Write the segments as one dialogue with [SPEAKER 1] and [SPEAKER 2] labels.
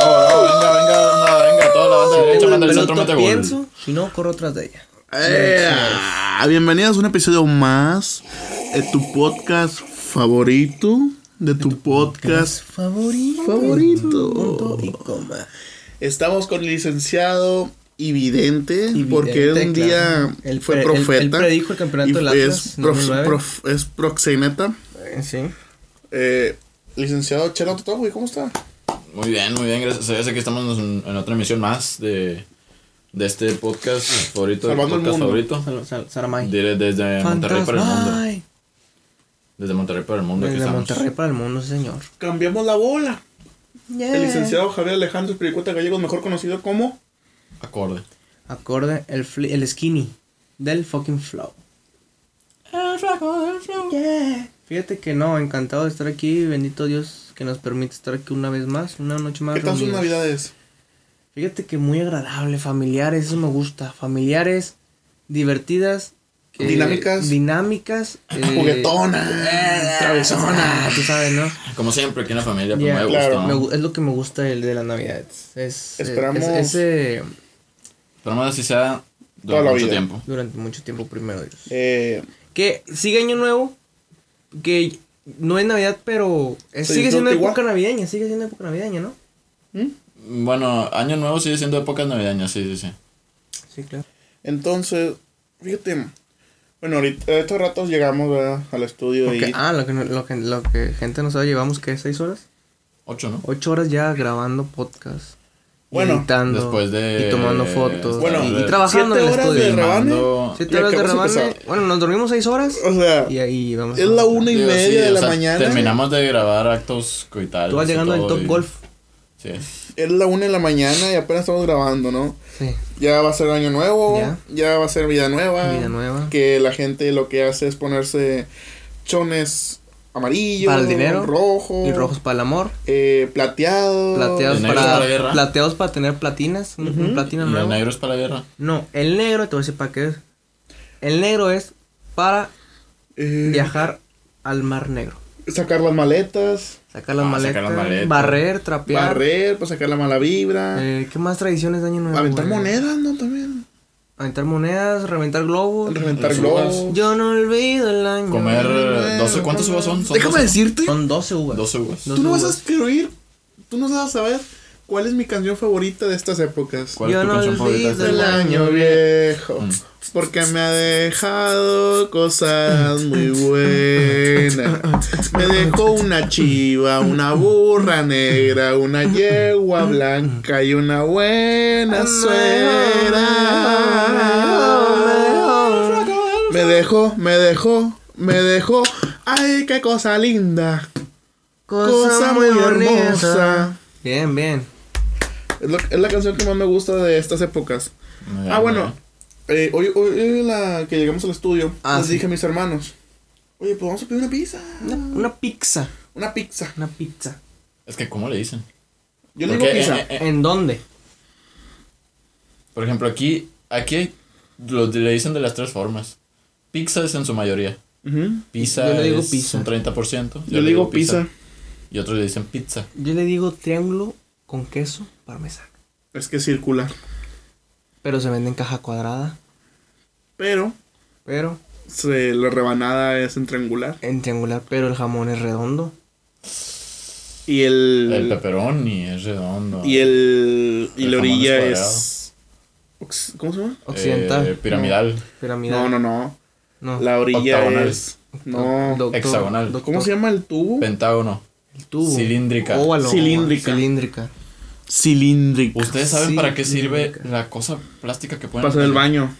[SPEAKER 1] No, no, venga, venga, no, venga, toda la banda derecha, manda el centro, mete gol.
[SPEAKER 2] pienso, si no, corro tras de ella.
[SPEAKER 3] Eh, ah, bienvenidos a un episodio más de tu podcast favorito. De tu podcast
[SPEAKER 2] Favorito.
[SPEAKER 3] favorito.
[SPEAKER 2] Punto y coma.
[SPEAKER 3] Estamos con el licenciado y vidente,
[SPEAKER 2] Y
[SPEAKER 3] porque
[SPEAKER 2] vidente,
[SPEAKER 3] un
[SPEAKER 2] claro.
[SPEAKER 3] día
[SPEAKER 2] Él
[SPEAKER 3] fue
[SPEAKER 2] pre- él-
[SPEAKER 3] profeta.
[SPEAKER 2] él predijo el campeonato
[SPEAKER 3] y
[SPEAKER 2] del
[SPEAKER 3] es,
[SPEAKER 2] Atlas, 2009.
[SPEAKER 3] prof- prof- es proxeneta.
[SPEAKER 2] sí.
[SPEAKER 3] Eh, licenciado Chelo Totojo, ¿cómo está?
[SPEAKER 1] Muy bien, muy bien, gracias a Dios. Aquí estamos en, en otra emisión más de, de este podcast favorito,
[SPEAKER 3] Salvando el
[SPEAKER 1] podcast
[SPEAKER 3] mundo.
[SPEAKER 1] favorito.
[SPEAKER 2] Saramay.
[SPEAKER 1] Dire- desde Monterrey para el mundo.
[SPEAKER 2] Fantasmay.
[SPEAKER 1] Desde Monterrey para el mundo. aquí
[SPEAKER 2] Desde
[SPEAKER 1] estamos.
[SPEAKER 2] Monterrey para el mundo, sí, señor.
[SPEAKER 3] Cambiamos la bola. El licenciado Javier Alejandro Espiricueta Gallegos, mejor conocido como
[SPEAKER 1] Acorde.
[SPEAKER 2] Acorde el, fli- el skinny del fucking flow. Yeah. Fíjate que no, encantado de estar aquí. Bendito Dios que nos permite estar aquí una vez más, una noche más.
[SPEAKER 3] ¿Qué tal sus
[SPEAKER 2] reunidos.
[SPEAKER 3] navidades?
[SPEAKER 2] Fíjate que muy agradable, familiares, eso me gusta. Familiares, divertidas. que-
[SPEAKER 3] Dinámicas.
[SPEAKER 2] Dinámicas. eh,
[SPEAKER 3] Juguetona,
[SPEAKER 2] Ah,
[SPEAKER 3] travesona.
[SPEAKER 2] tú sabes, ¿no?
[SPEAKER 1] Como siempre, aquí en la familia, pues
[SPEAKER 2] Ya.
[SPEAKER 1] me gusta.
[SPEAKER 3] Claro.
[SPEAKER 1] ¿no?
[SPEAKER 2] Me gu- es lo que me gusta del de las navidades. Es, eh,
[SPEAKER 3] Esperamos-
[SPEAKER 2] es- eh, ese
[SPEAKER 1] Esperamos así sea
[SPEAKER 3] Toda la
[SPEAKER 1] durante mucho
[SPEAKER 3] vida.
[SPEAKER 1] tiempo.
[SPEAKER 2] durante mucho tiempo primero Dios.
[SPEAKER 3] Eh,
[SPEAKER 2] Que sigue año nuevo, que no es navidad, pero es-
[SPEAKER 3] Se
[SPEAKER 2] sigue siendo
[SPEAKER 3] disfruta igual.
[SPEAKER 2] época navideña, sigue siendo época navideña, ¿no?
[SPEAKER 1] Bueno, año nuevo sigue siendo épocas navideñas, sí, sí, sí.
[SPEAKER 2] Sí, claro.
[SPEAKER 3] entonces, fíjate. Bueno, ahorita, a estos ratos llegamos ¿verdad? al estudio y
[SPEAKER 2] ah, lo que, no- lo, que, lo que gente nos sabe, llevamos que seis horas,
[SPEAKER 1] Ocho, ¿no?
[SPEAKER 2] ocho horas ya grabando podcast.
[SPEAKER 3] Bueno,
[SPEAKER 2] editando
[SPEAKER 1] después de-
[SPEAKER 2] y tomando fotos
[SPEAKER 3] Bueno,
[SPEAKER 2] y, y trabajando en
[SPEAKER 3] siete
[SPEAKER 2] el
[SPEAKER 3] horas
[SPEAKER 2] estudio.
[SPEAKER 3] de rebane.
[SPEAKER 1] Mando-
[SPEAKER 2] Siete
[SPEAKER 3] Y
[SPEAKER 2] horas de
[SPEAKER 3] acabamos de
[SPEAKER 2] rebane.
[SPEAKER 3] empezar.
[SPEAKER 2] Bueno, nos dormimos seis horas
[SPEAKER 3] O sea,
[SPEAKER 2] y ahí vamos.
[SPEAKER 3] es la una y
[SPEAKER 1] Digo,
[SPEAKER 3] media
[SPEAKER 1] sí,
[SPEAKER 3] de
[SPEAKER 1] o
[SPEAKER 3] la
[SPEAKER 1] sea,
[SPEAKER 3] mañana.
[SPEAKER 1] Terminamos de grabar actos coitales.
[SPEAKER 2] Tú vas
[SPEAKER 1] y
[SPEAKER 2] llegando al
[SPEAKER 1] todo,
[SPEAKER 2] Top
[SPEAKER 1] y-
[SPEAKER 2] Golf.
[SPEAKER 1] Sí.
[SPEAKER 3] Es la una de la mañana y apenas estamos grabando, ¿no?
[SPEAKER 2] Sí.
[SPEAKER 3] Ya va a ser año nuevo,
[SPEAKER 2] Ya.
[SPEAKER 3] ya, va a ser vida nueva.
[SPEAKER 2] Vida nueva.
[SPEAKER 3] Que la gente lo que hace es ponerse chones amarillos,
[SPEAKER 2] Para el dinero.
[SPEAKER 3] rojo,
[SPEAKER 2] Y rojos para el amor.
[SPEAKER 3] eh, plateado,
[SPEAKER 2] Plateados
[SPEAKER 1] Y negros
[SPEAKER 2] para,
[SPEAKER 1] para la guerra.
[SPEAKER 2] plateados para tener platinas. un- Un platino
[SPEAKER 1] Y el
[SPEAKER 2] nuevo.
[SPEAKER 1] negro es para la guerra.
[SPEAKER 2] No, el negro, te voy a decir para qué es. El negro es para
[SPEAKER 3] eh,
[SPEAKER 2] viajar al Mar Negro.
[SPEAKER 3] sacar las maletas,
[SPEAKER 2] Sacar las,
[SPEAKER 1] Ah,
[SPEAKER 2] maletas,
[SPEAKER 1] sacar las maletas.
[SPEAKER 2] barrer, trapear.
[SPEAKER 3] barrer, para sacar la mala vibra,
[SPEAKER 2] Eh, ¿Qué más tradiciones de año nuevo?
[SPEAKER 3] aventar
[SPEAKER 2] güey?
[SPEAKER 3] monedas, ¿no? También,
[SPEAKER 2] Aventar monedas, reventar globos.
[SPEAKER 3] reventar
[SPEAKER 1] Las
[SPEAKER 3] globos.
[SPEAKER 2] Yo no olvido el año.
[SPEAKER 1] Comer eh,
[SPEAKER 3] Bueno,
[SPEAKER 1] 12, ¿cuántas uvas son? Son
[SPEAKER 3] Déjame
[SPEAKER 1] 12.
[SPEAKER 3] decirte,
[SPEAKER 2] Son 12 uvas.
[SPEAKER 1] 12 uvas.
[SPEAKER 2] No.
[SPEAKER 3] tú no vas a
[SPEAKER 2] uvas.
[SPEAKER 3] escribir, tú no vas a saber cuál es mi canción favorita de estas épocas.
[SPEAKER 1] ¿Cuál es
[SPEAKER 2] Yo
[SPEAKER 1] tu
[SPEAKER 2] no
[SPEAKER 1] canción favorita?
[SPEAKER 2] olvido
[SPEAKER 1] de
[SPEAKER 3] El
[SPEAKER 1] este año?
[SPEAKER 3] año viejo. Porque me ha dejado cosas muy buenas. Me dejó una chiva, una burra negra, una yegua blanca y una buena suera. Me dejó, me dejó, me dejó. Ay, qué cosa linda. Cosa muy hermosa.
[SPEAKER 2] Bien, bien.
[SPEAKER 3] Es, lo- es la canción que más me gusta de estas épocas.
[SPEAKER 1] Muy bien,
[SPEAKER 3] Ah, bueno.
[SPEAKER 1] muy bien.
[SPEAKER 3] eh, hoy, hoy, hoy la que llegamos al estudio,
[SPEAKER 2] Ah,
[SPEAKER 3] les
[SPEAKER 2] sí.
[SPEAKER 3] dije a mis hermanos, oye, pues vamos a pedir una pizza.
[SPEAKER 2] Una, una pizza.
[SPEAKER 3] Una pizza.
[SPEAKER 2] Una pizza.
[SPEAKER 1] Es que, ¿cómo le dicen?
[SPEAKER 3] Yo le digo
[SPEAKER 1] Porque,
[SPEAKER 3] pizza.
[SPEAKER 1] eh, eh,
[SPEAKER 2] ¿En dónde?
[SPEAKER 1] Por ejemplo, aquí, aquí lo, le dicen de las tres formas. Pizza es en su mayoría.
[SPEAKER 3] Ujú.
[SPEAKER 1] Pizza
[SPEAKER 2] Yo le digo
[SPEAKER 1] es
[SPEAKER 2] pizza.
[SPEAKER 1] un 30%.
[SPEAKER 3] Yo, le digo pizza.
[SPEAKER 1] Y otros le dicen pizza.
[SPEAKER 2] Yo le digo triángulo con queso parmesano.
[SPEAKER 3] Es que es circular.
[SPEAKER 2] Pero se vende en caja cuadrada.
[SPEAKER 3] Pero
[SPEAKER 2] Pero
[SPEAKER 3] se, la rebanada es en triangular.
[SPEAKER 2] en triangular, pero el jamón es redondo.
[SPEAKER 3] Y
[SPEAKER 1] El
[SPEAKER 3] el.
[SPEAKER 1] pepperoni es redondo. Eh,
[SPEAKER 3] y el. Y
[SPEAKER 1] El
[SPEAKER 3] la
[SPEAKER 1] jamón
[SPEAKER 3] orilla
[SPEAKER 1] es
[SPEAKER 3] es. ox- ¿Cómo se llama?
[SPEAKER 1] eh,
[SPEAKER 2] Occidental.
[SPEAKER 1] piramidal.
[SPEAKER 2] Piramidal.
[SPEAKER 3] No, no, no.
[SPEAKER 2] No.
[SPEAKER 3] La orilla
[SPEAKER 1] Octagonal.
[SPEAKER 3] es. No.
[SPEAKER 2] Doctor-
[SPEAKER 1] hexagonal.
[SPEAKER 2] doctor-
[SPEAKER 3] ¿Cómo se llama el tubo?
[SPEAKER 1] Pentágono.
[SPEAKER 2] El tubo.
[SPEAKER 1] Cilíndrica.
[SPEAKER 2] Óvalo.
[SPEAKER 3] Cilíndrica.
[SPEAKER 2] Cilíndrica.
[SPEAKER 3] Cilíndrico.
[SPEAKER 1] ¿Ustedes saben para qué sirve
[SPEAKER 2] Cilíndrica.
[SPEAKER 1] la cosa plástica que ponen?
[SPEAKER 3] Pasa del baño.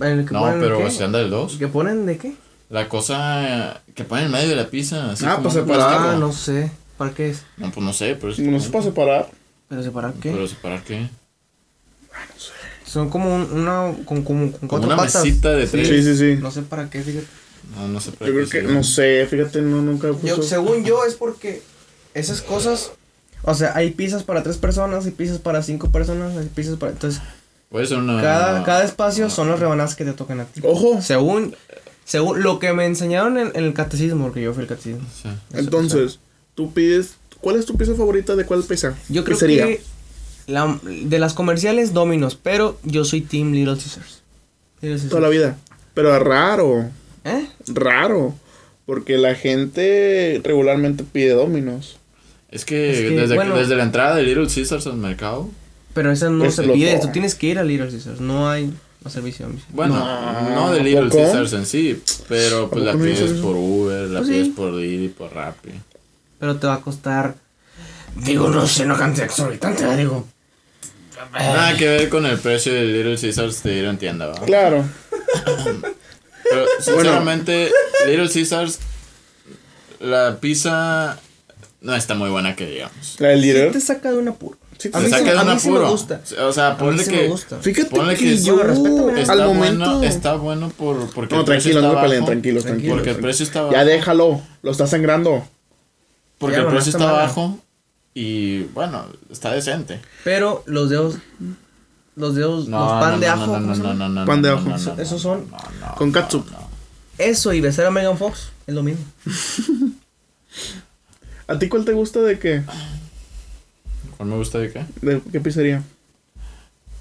[SPEAKER 2] ¿El que
[SPEAKER 1] No,
[SPEAKER 2] ponen
[SPEAKER 1] pero
[SPEAKER 2] qué?
[SPEAKER 1] se anda el 2.
[SPEAKER 2] ¿Que ponen de qué?
[SPEAKER 1] La cosa que ponen en medio de la pizza. Así
[SPEAKER 3] Ah,
[SPEAKER 1] como
[SPEAKER 3] pues
[SPEAKER 1] un
[SPEAKER 3] separado.
[SPEAKER 1] plástico.
[SPEAKER 2] Ah, no sé. ¿Para qué es?
[SPEAKER 1] No, pues no sé, pero es.
[SPEAKER 3] No se puede separar.
[SPEAKER 2] ¿Pero separar qué?
[SPEAKER 1] Pero separar qué.
[SPEAKER 2] Son como un- una. Con, como, con
[SPEAKER 1] Como
[SPEAKER 2] cuatro
[SPEAKER 1] una
[SPEAKER 2] patas.
[SPEAKER 1] mesita de tres.
[SPEAKER 3] Sí, sí, sí.
[SPEAKER 2] No sé para qué. fíjate.
[SPEAKER 1] No, no sé
[SPEAKER 3] Yo
[SPEAKER 1] para qué
[SPEAKER 3] creo que,
[SPEAKER 1] sirve.
[SPEAKER 3] no sé, fíjate, no, nunca puso.
[SPEAKER 2] Yo, según yo, es porque esas cosas. O sea, hay pizzas para tres personas, hay pizzas para cinco personas, hay pizzas para. Entonces,
[SPEAKER 1] Puede ser una.
[SPEAKER 2] cada, cada espacio son las rebanadas que te tocan a ti.
[SPEAKER 3] Ojo,
[SPEAKER 2] Según, según lo que me enseñaron en, en el catecismo, porque yo fui el catecismo.
[SPEAKER 1] Sí.
[SPEAKER 2] Eso,
[SPEAKER 3] entonces, tú pides ¿Cuál es tu pizza favorita de cuál pizza?
[SPEAKER 2] Yo creo
[SPEAKER 3] Pizzería.
[SPEAKER 2] que la- de las comerciales, Dominos, pero yo soy Team Little Scissors. Little Scissors.
[SPEAKER 3] Toda la vida. Pero raro,
[SPEAKER 2] ¿Eh?
[SPEAKER 3] raro. Porque la gente regularmente pide dominos.
[SPEAKER 1] Es que,
[SPEAKER 2] Es que,
[SPEAKER 1] desde,
[SPEAKER 2] bueno.
[SPEAKER 1] desde la entrada de Little Caesars al mercado.
[SPEAKER 2] Pero esa no
[SPEAKER 3] Pues
[SPEAKER 2] se
[SPEAKER 3] lo
[SPEAKER 2] pide,
[SPEAKER 3] tomo.
[SPEAKER 2] tú tienes que ir a Little Scissors, no hay no servicio de domicilio.
[SPEAKER 1] Bueno,
[SPEAKER 3] No,
[SPEAKER 1] no, de Little
[SPEAKER 3] ¿poco?
[SPEAKER 1] Caesars en sí, pero pues
[SPEAKER 3] ¿A
[SPEAKER 1] la
[SPEAKER 3] poco no dices
[SPEAKER 1] pides
[SPEAKER 3] eso?
[SPEAKER 1] por Uber, la
[SPEAKER 2] Pues sí.
[SPEAKER 1] pides por Didi, por Rappi.
[SPEAKER 2] Pero te va a costar. Digo, no sé, no cantidad exorbitante, ¿verdad? digo.
[SPEAKER 1] Nada que ver con el precio de Little Caesars de ir en tienda,
[SPEAKER 2] Ah.
[SPEAKER 1] ¿va?
[SPEAKER 3] Claro.
[SPEAKER 1] Pero sinceramente, Little Caesars, la pizza no está muy buena que digamos.
[SPEAKER 3] La del
[SPEAKER 2] Sí
[SPEAKER 3] líder.
[SPEAKER 2] te saca de un apuro.
[SPEAKER 3] Sí,
[SPEAKER 2] A
[SPEAKER 1] Te
[SPEAKER 2] mí
[SPEAKER 1] saca
[SPEAKER 2] sí-
[SPEAKER 1] de
[SPEAKER 2] a
[SPEAKER 1] un
[SPEAKER 2] mí sí me
[SPEAKER 1] apuro.
[SPEAKER 2] gusta.
[SPEAKER 1] O sea,
[SPEAKER 2] A mí
[SPEAKER 1] ponle
[SPEAKER 2] sí me
[SPEAKER 1] que
[SPEAKER 2] gusta.
[SPEAKER 3] Fíjate
[SPEAKER 1] Ponle
[SPEAKER 3] que,
[SPEAKER 1] que
[SPEAKER 3] yo
[SPEAKER 2] Bueno, respétame,
[SPEAKER 1] está
[SPEAKER 3] al
[SPEAKER 1] bueno,
[SPEAKER 3] momento.
[SPEAKER 1] está bueno por porque
[SPEAKER 3] No,
[SPEAKER 1] el precio
[SPEAKER 3] tranquilo, no
[SPEAKER 1] está
[SPEAKER 3] me peleen,
[SPEAKER 1] bajo,
[SPEAKER 3] tranquilos,
[SPEAKER 2] Tranquilo,
[SPEAKER 1] porque el
[SPEAKER 3] tranquilos.
[SPEAKER 1] precio está bajo.
[SPEAKER 3] Ya déjalo, lo está sangrando.
[SPEAKER 1] Porque
[SPEAKER 2] Ya,
[SPEAKER 1] el
[SPEAKER 2] no, no
[SPEAKER 1] precio
[SPEAKER 2] está
[SPEAKER 1] está
[SPEAKER 2] mala.
[SPEAKER 1] bajo y bueno, está decente.
[SPEAKER 2] Pero los dedos. Los dedos,
[SPEAKER 1] No,
[SPEAKER 2] los pan
[SPEAKER 1] no,
[SPEAKER 2] de
[SPEAKER 1] no,
[SPEAKER 2] ajo.
[SPEAKER 1] no,
[SPEAKER 2] ¿cómo
[SPEAKER 1] no,
[SPEAKER 2] se
[SPEAKER 1] no,
[SPEAKER 2] llama?
[SPEAKER 1] no, no,
[SPEAKER 3] Pan de
[SPEAKER 1] no,
[SPEAKER 3] ajo.
[SPEAKER 1] no, no, no,
[SPEAKER 2] Esos son-
[SPEAKER 1] no, no,
[SPEAKER 3] con
[SPEAKER 1] no,
[SPEAKER 3] catsup.
[SPEAKER 1] no.
[SPEAKER 2] Eso y besar a Megan Fox es lo mismo.
[SPEAKER 3] ¿A ti cuál te gusta de qué?
[SPEAKER 1] ¿Cuál me gusta de qué?
[SPEAKER 3] ¿De qué pizzería?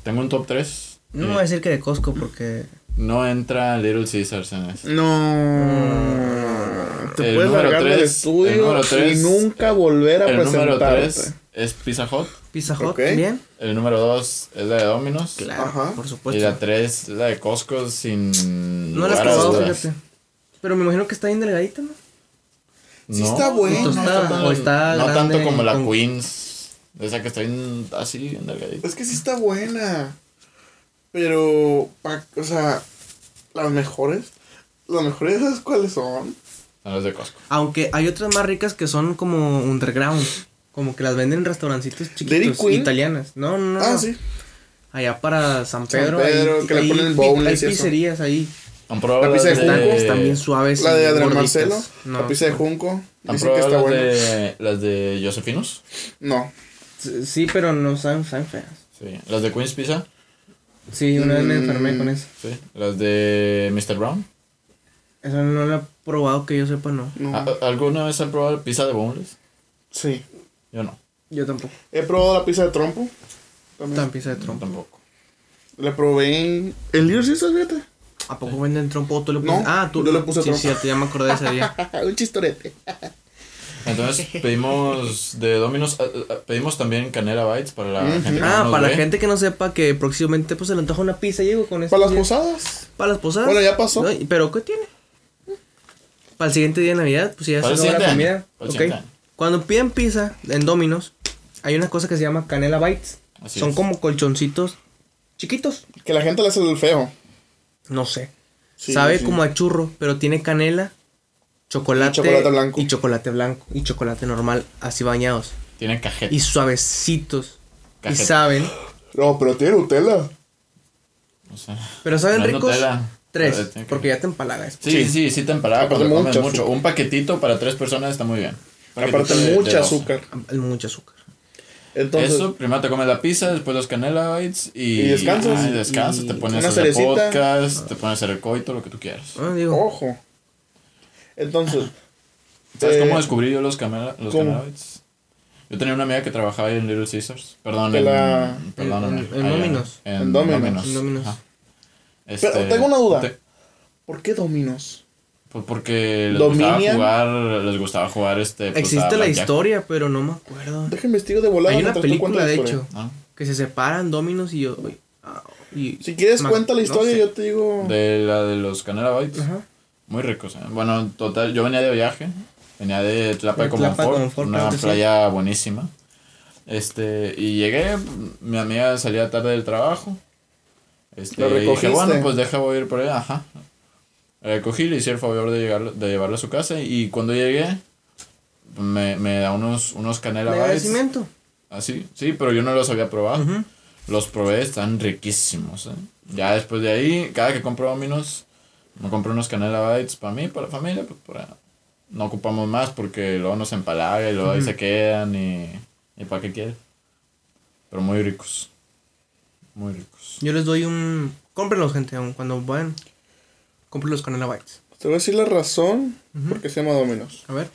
[SPEAKER 1] Tengo un top 3.
[SPEAKER 2] No voy a decir que de Costco porque.
[SPEAKER 1] No entra Little Caesars en eso.
[SPEAKER 3] No. Te
[SPEAKER 1] El
[SPEAKER 3] puedes
[SPEAKER 1] número
[SPEAKER 3] largar del
[SPEAKER 1] tres, el
[SPEAKER 3] estudio
[SPEAKER 1] número
[SPEAKER 3] y
[SPEAKER 1] tres,
[SPEAKER 3] nunca volver a
[SPEAKER 1] El número
[SPEAKER 3] presentarte.
[SPEAKER 1] 3 es Pizza Hut.
[SPEAKER 2] Pizza Hut
[SPEAKER 3] Ok.
[SPEAKER 2] también.
[SPEAKER 1] El número 2 es la de Domino's.
[SPEAKER 2] Claro,
[SPEAKER 3] Ajá.
[SPEAKER 2] por
[SPEAKER 1] Y la
[SPEAKER 2] supuesto.
[SPEAKER 1] 3 es la de Costco sin.
[SPEAKER 2] No la has
[SPEAKER 1] lugar a
[SPEAKER 2] probado,
[SPEAKER 1] dudas.
[SPEAKER 2] fíjate. Pero me imagino que está bien delgadita, ¿no?
[SPEAKER 3] Sí
[SPEAKER 1] No,
[SPEAKER 3] está buena.
[SPEAKER 1] no
[SPEAKER 2] Tostada,
[SPEAKER 1] tan-
[SPEAKER 2] o Pues está
[SPEAKER 1] no
[SPEAKER 2] grande
[SPEAKER 1] tanto como la
[SPEAKER 2] con-
[SPEAKER 1] Queens. Esa que está bien así, bien delgadita.
[SPEAKER 3] Es que sí está buena. Pero, pa- o sea, las mejores. Las mejores, ¿sabes cuáles son?
[SPEAKER 1] No las de Costco.
[SPEAKER 2] Aunque hay otras más ricas que son como underground. Como que las venden en restaurancitos
[SPEAKER 3] Dairy
[SPEAKER 2] chiquitos
[SPEAKER 3] Queen.
[SPEAKER 2] italianas. No, no, no.
[SPEAKER 3] Ah, sí.
[SPEAKER 2] Allá para
[SPEAKER 3] San
[SPEAKER 2] San Pedro.
[SPEAKER 3] Pedro,
[SPEAKER 2] ahí-
[SPEAKER 3] que le
[SPEAKER 2] ahí
[SPEAKER 3] ponen
[SPEAKER 2] pi-
[SPEAKER 3] bowls y
[SPEAKER 2] Hay
[SPEAKER 3] eso.
[SPEAKER 2] pizzerías ahí.
[SPEAKER 1] Han probado
[SPEAKER 3] La pizza
[SPEAKER 1] las
[SPEAKER 3] de
[SPEAKER 2] Están,
[SPEAKER 3] Junco.
[SPEAKER 2] están bien suaves.
[SPEAKER 3] La
[SPEAKER 2] y
[SPEAKER 3] de Adrián
[SPEAKER 2] gorditas.
[SPEAKER 3] Marcelo,
[SPEAKER 2] No,
[SPEAKER 3] la pizza de
[SPEAKER 2] no.
[SPEAKER 3] Junco.
[SPEAKER 1] ¿Han
[SPEAKER 3] Dicen que
[SPEAKER 1] probado
[SPEAKER 3] está
[SPEAKER 1] las
[SPEAKER 3] buena.
[SPEAKER 1] de, las de Josefinos?
[SPEAKER 3] No.
[SPEAKER 2] Sí, pero no saben, saben feas.
[SPEAKER 1] Sí. ¿Las de Queen's Pizza?
[SPEAKER 2] Sí, una vez me enfermé
[SPEAKER 3] Mm.
[SPEAKER 2] con eso.
[SPEAKER 1] Sí. ¿Las de Mr. Brown?
[SPEAKER 2] Eso no lo he probado que yo sepa, no.
[SPEAKER 3] no.
[SPEAKER 1] ¿A- ¿Alguna vez han probado pizza de boneless?
[SPEAKER 3] Sí.
[SPEAKER 1] Yo no.
[SPEAKER 2] Yo tampoco.
[SPEAKER 3] He probado la pizza de trompo. También.
[SPEAKER 2] Tan pizza de
[SPEAKER 1] Yo
[SPEAKER 2] trompo.
[SPEAKER 1] tampoco.
[SPEAKER 3] La probé en. El líder sí está, fíjate.
[SPEAKER 2] ¿A poco venden trompo o tú le
[SPEAKER 3] No,
[SPEAKER 2] pones? ah, tú
[SPEAKER 3] yo le puse
[SPEAKER 2] sí,
[SPEAKER 3] trompo.
[SPEAKER 2] Sí, ya, te- ya me acordé de ese día.
[SPEAKER 3] Ah, Un chistorete.
[SPEAKER 1] Entonces pedimos de Domino's, eh, eh, pedimos también Canela Bites para la gente. que no
[SPEAKER 2] Ah,
[SPEAKER 1] nos
[SPEAKER 2] para la
[SPEAKER 1] ve.
[SPEAKER 2] gente que no sepa que próximamente pues se le antoja una pizza, llego con eso.
[SPEAKER 3] Para las posadas.
[SPEAKER 2] Para las posadas.
[SPEAKER 3] Bueno, ya pasó.
[SPEAKER 2] No, ¿y- ¿Pero qué tiene? Para el siguiente día de Navidad, pues ya
[SPEAKER 1] Para
[SPEAKER 2] se
[SPEAKER 1] el
[SPEAKER 2] acabó la
[SPEAKER 1] siguiente
[SPEAKER 2] comida.
[SPEAKER 1] año, para el
[SPEAKER 2] Ok.
[SPEAKER 1] siguiente año.
[SPEAKER 2] Cuando piden pizza en Domino's, hay una cosa que se llama canela bites.
[SPEAKER 1] Así
[SPEAKER 2] Son
[SPEAKER 1] es.
[SPEAKER 2] como colchoncitos chiquitos.
[SPEAKER 3] Que la gente le hace el feo.
[SPEAKER 2] No sé.
[SPEAKER 3] Sí,
[SPEAKER 2] Sabe
[SPEAKER 3] sí.
[SPEAKER 2] como a churro, pero tiene canela, chocolate,
[SPEAKER 3] Y chocolate blanco.
[SPEAKER 2] y chocolate blanco y chocolate normal, así bañados
[SPEAKER 1] Tienen cajeta.
[SPEAKER 2] y suavecitos.
[SPEAKER 1] Cajeta.
[SPEAKER 2] Y saben,
[SPEAKER 3] No, pero tiene Nutella.
[SPEAKER 1] O sea,
[SPEAKER 2] pero saben
[SPEAKER 1] no es
[SPEAKER 2] ricos.
[SPEAKER 1] Nutella. Pero
[SPEAKER 2] Tres,
[SPEAKER 1] tiene que-
[SPEAKER 2] porque ya te empalagas.
[SPEAKER 1] Sí, sí, sí, te emparaba
[SPEAKER 3] Aparte
[SPEAKER 1] cuando comes
[SPEAKER 3] mucho
[SPEAKER 1] mucho,
[SPEAKER 3] azúcar.
[SPEAKER 1] Un paquetito para tres personas está muy bien. Paquetito
[SPEAKER 3] Aparte,
[SPEAKER 1] de- de
[SPEAKER 3] mucha
[SPEAKER 1] doce.
[SPEAKER 3] azúcar.
[SPEAKER 2] Hay Ah, mucho azúcar.
[SPEAKER 3] Entonces,
[SPEAKER 1] Eso, primero te comes la pizza, después los canela bites y...
[SPEAKER 3] Y descansas.
[SPEAKER 1] Ah, y descansas,
[SPEAKER 2] Y
[SPEAKER 1] te pones
[SPEAKER 3] una
[SPEAKER 1] a hacer
[SPEAKER 3] cerecita.
[SPEAKER 1] podcast, te pones a hacer el coito, lo que tú quieras.
[SPEAKER 2] Ah, digo,
[SPEAKER 3] ojo. Entonces,
[SPEAKER 1] ¿Sabes
[SPEAKER 3] Eh,
[SPEAKER 1] cómo descubrí yo los, canela, los
[SPEAKER 3] ¿cómo?
[SPEAKER 1] canela bites? Yo tenía una amiga que trabajaba ahí en Little Caesars. Perdón,
[SPEAKER 3] Que
[SPEAKER 1] en...
[SPEAKER 3] la-
[SPEAKER 1] perdón,
[SPEAKER 2] en- en
[SPEAKER 1] allá,
[SPEAKER 2] Domino's.
[SPEAKER 1] En,
[SPEAKER 3] En Domino's.
[SPEAKER 1] Domino's.
[SPEAKER 2] En Domino's.
[SPEAKER 1] Ajá. Este,
[SPEAKER 3] Pero tengo una duda.
[SPEAKER 1] te-
[SPEAKER 3] ¿por qué Dominos?
[SPEAKER 1] pues porque les
[SPEAKER 3] ¿Dominion?
[SPEAKER 1] gustaba jugar, les gustaba jugar este... pues, a
[SPEAKER 2] existe la
[SPEAKER 1] blackjack,
[SPEAKER 2] historia, pero no me acuerdo.
[SPEAKER 3] Deja investigo de volada.
[SPEAKER 2] Hay una
[SPEAKER 3] mientras tú
[SPEAKER 2] película,
[SPEAKER 3] cuentas la
[SPEAKER 2] de
[SPEAKER 3] historia.
[SPEAKER 2] hecho,
[SPEAKER 1] ¿no?
[SPEAKER 2] que se separan Dominos y yo. uy, ah, y-
[SPEAKER 3] Si quieres,
[SPEAKER 2] ma-
[SPEAKER 3] cuenta la
[SPEAKER 2] no
[SPEAKER 3] historia.
[SPEAKER 2] sé.
[SPEAKER 3] Yo te digo.
[SPEAKER 1] De la de los canela bites.
[SPEAKER 3] Ajá.
[SPEAKER 1] Muy ricos, ¿eh? Bueno, en total, yo venía de viaje. Venía de Tlapa de
[SPEAKER 2] De Tlapa de
[SPEAKER 1] Comonfort,
[SPEAKER 2] Comonfort,
[SPEAKER 1] una
[SPEAKER 2] claro que sí.
[SPEAKER 1] playa buenísima. Este, y llegué, mi amiga salía tarde del trabajo. Este,
[SPEAKER 3] ¿Lo
[SPEAKER 1] y dije,
[SPEAKER 3] recogiste?
[SPEAKER 1] bueno, pues deja, voy a ir por allá, ajá. La Recogí, le hice el favor de, llegar, de llevarla a su casa. Y cuando llegué, me, me da unos, unos canela
[SPEAKER 2] De
[SPEAKER 1] bites.
[SPEAKER 2] agradecimiento.
[SPEAKER 1] Así, Ah, sí, pero yo no los había probado.
[SPEAKER 2] Ujú.
[SPEAKER 1] Los probé, están riquísimos, ¿eh? Ya después de ahí, cada que compro Dominos, me compro unos Canela Bites para mí, para la familia, pues para... No ocupamos más porque luego nos empalaga y luego ahí se quedan y... ¿Y para qué quiere? Pero muy ricos. Muy ricos.
[SPEAKER 2] Yo les doy un. Cómprenlos, gente, aun cuando vayan. Cómprenlos canela bites.
[SPEAKER 3] Te voy a decir la razón porque se llama Dominos.
[SPEAKER 2] A ver.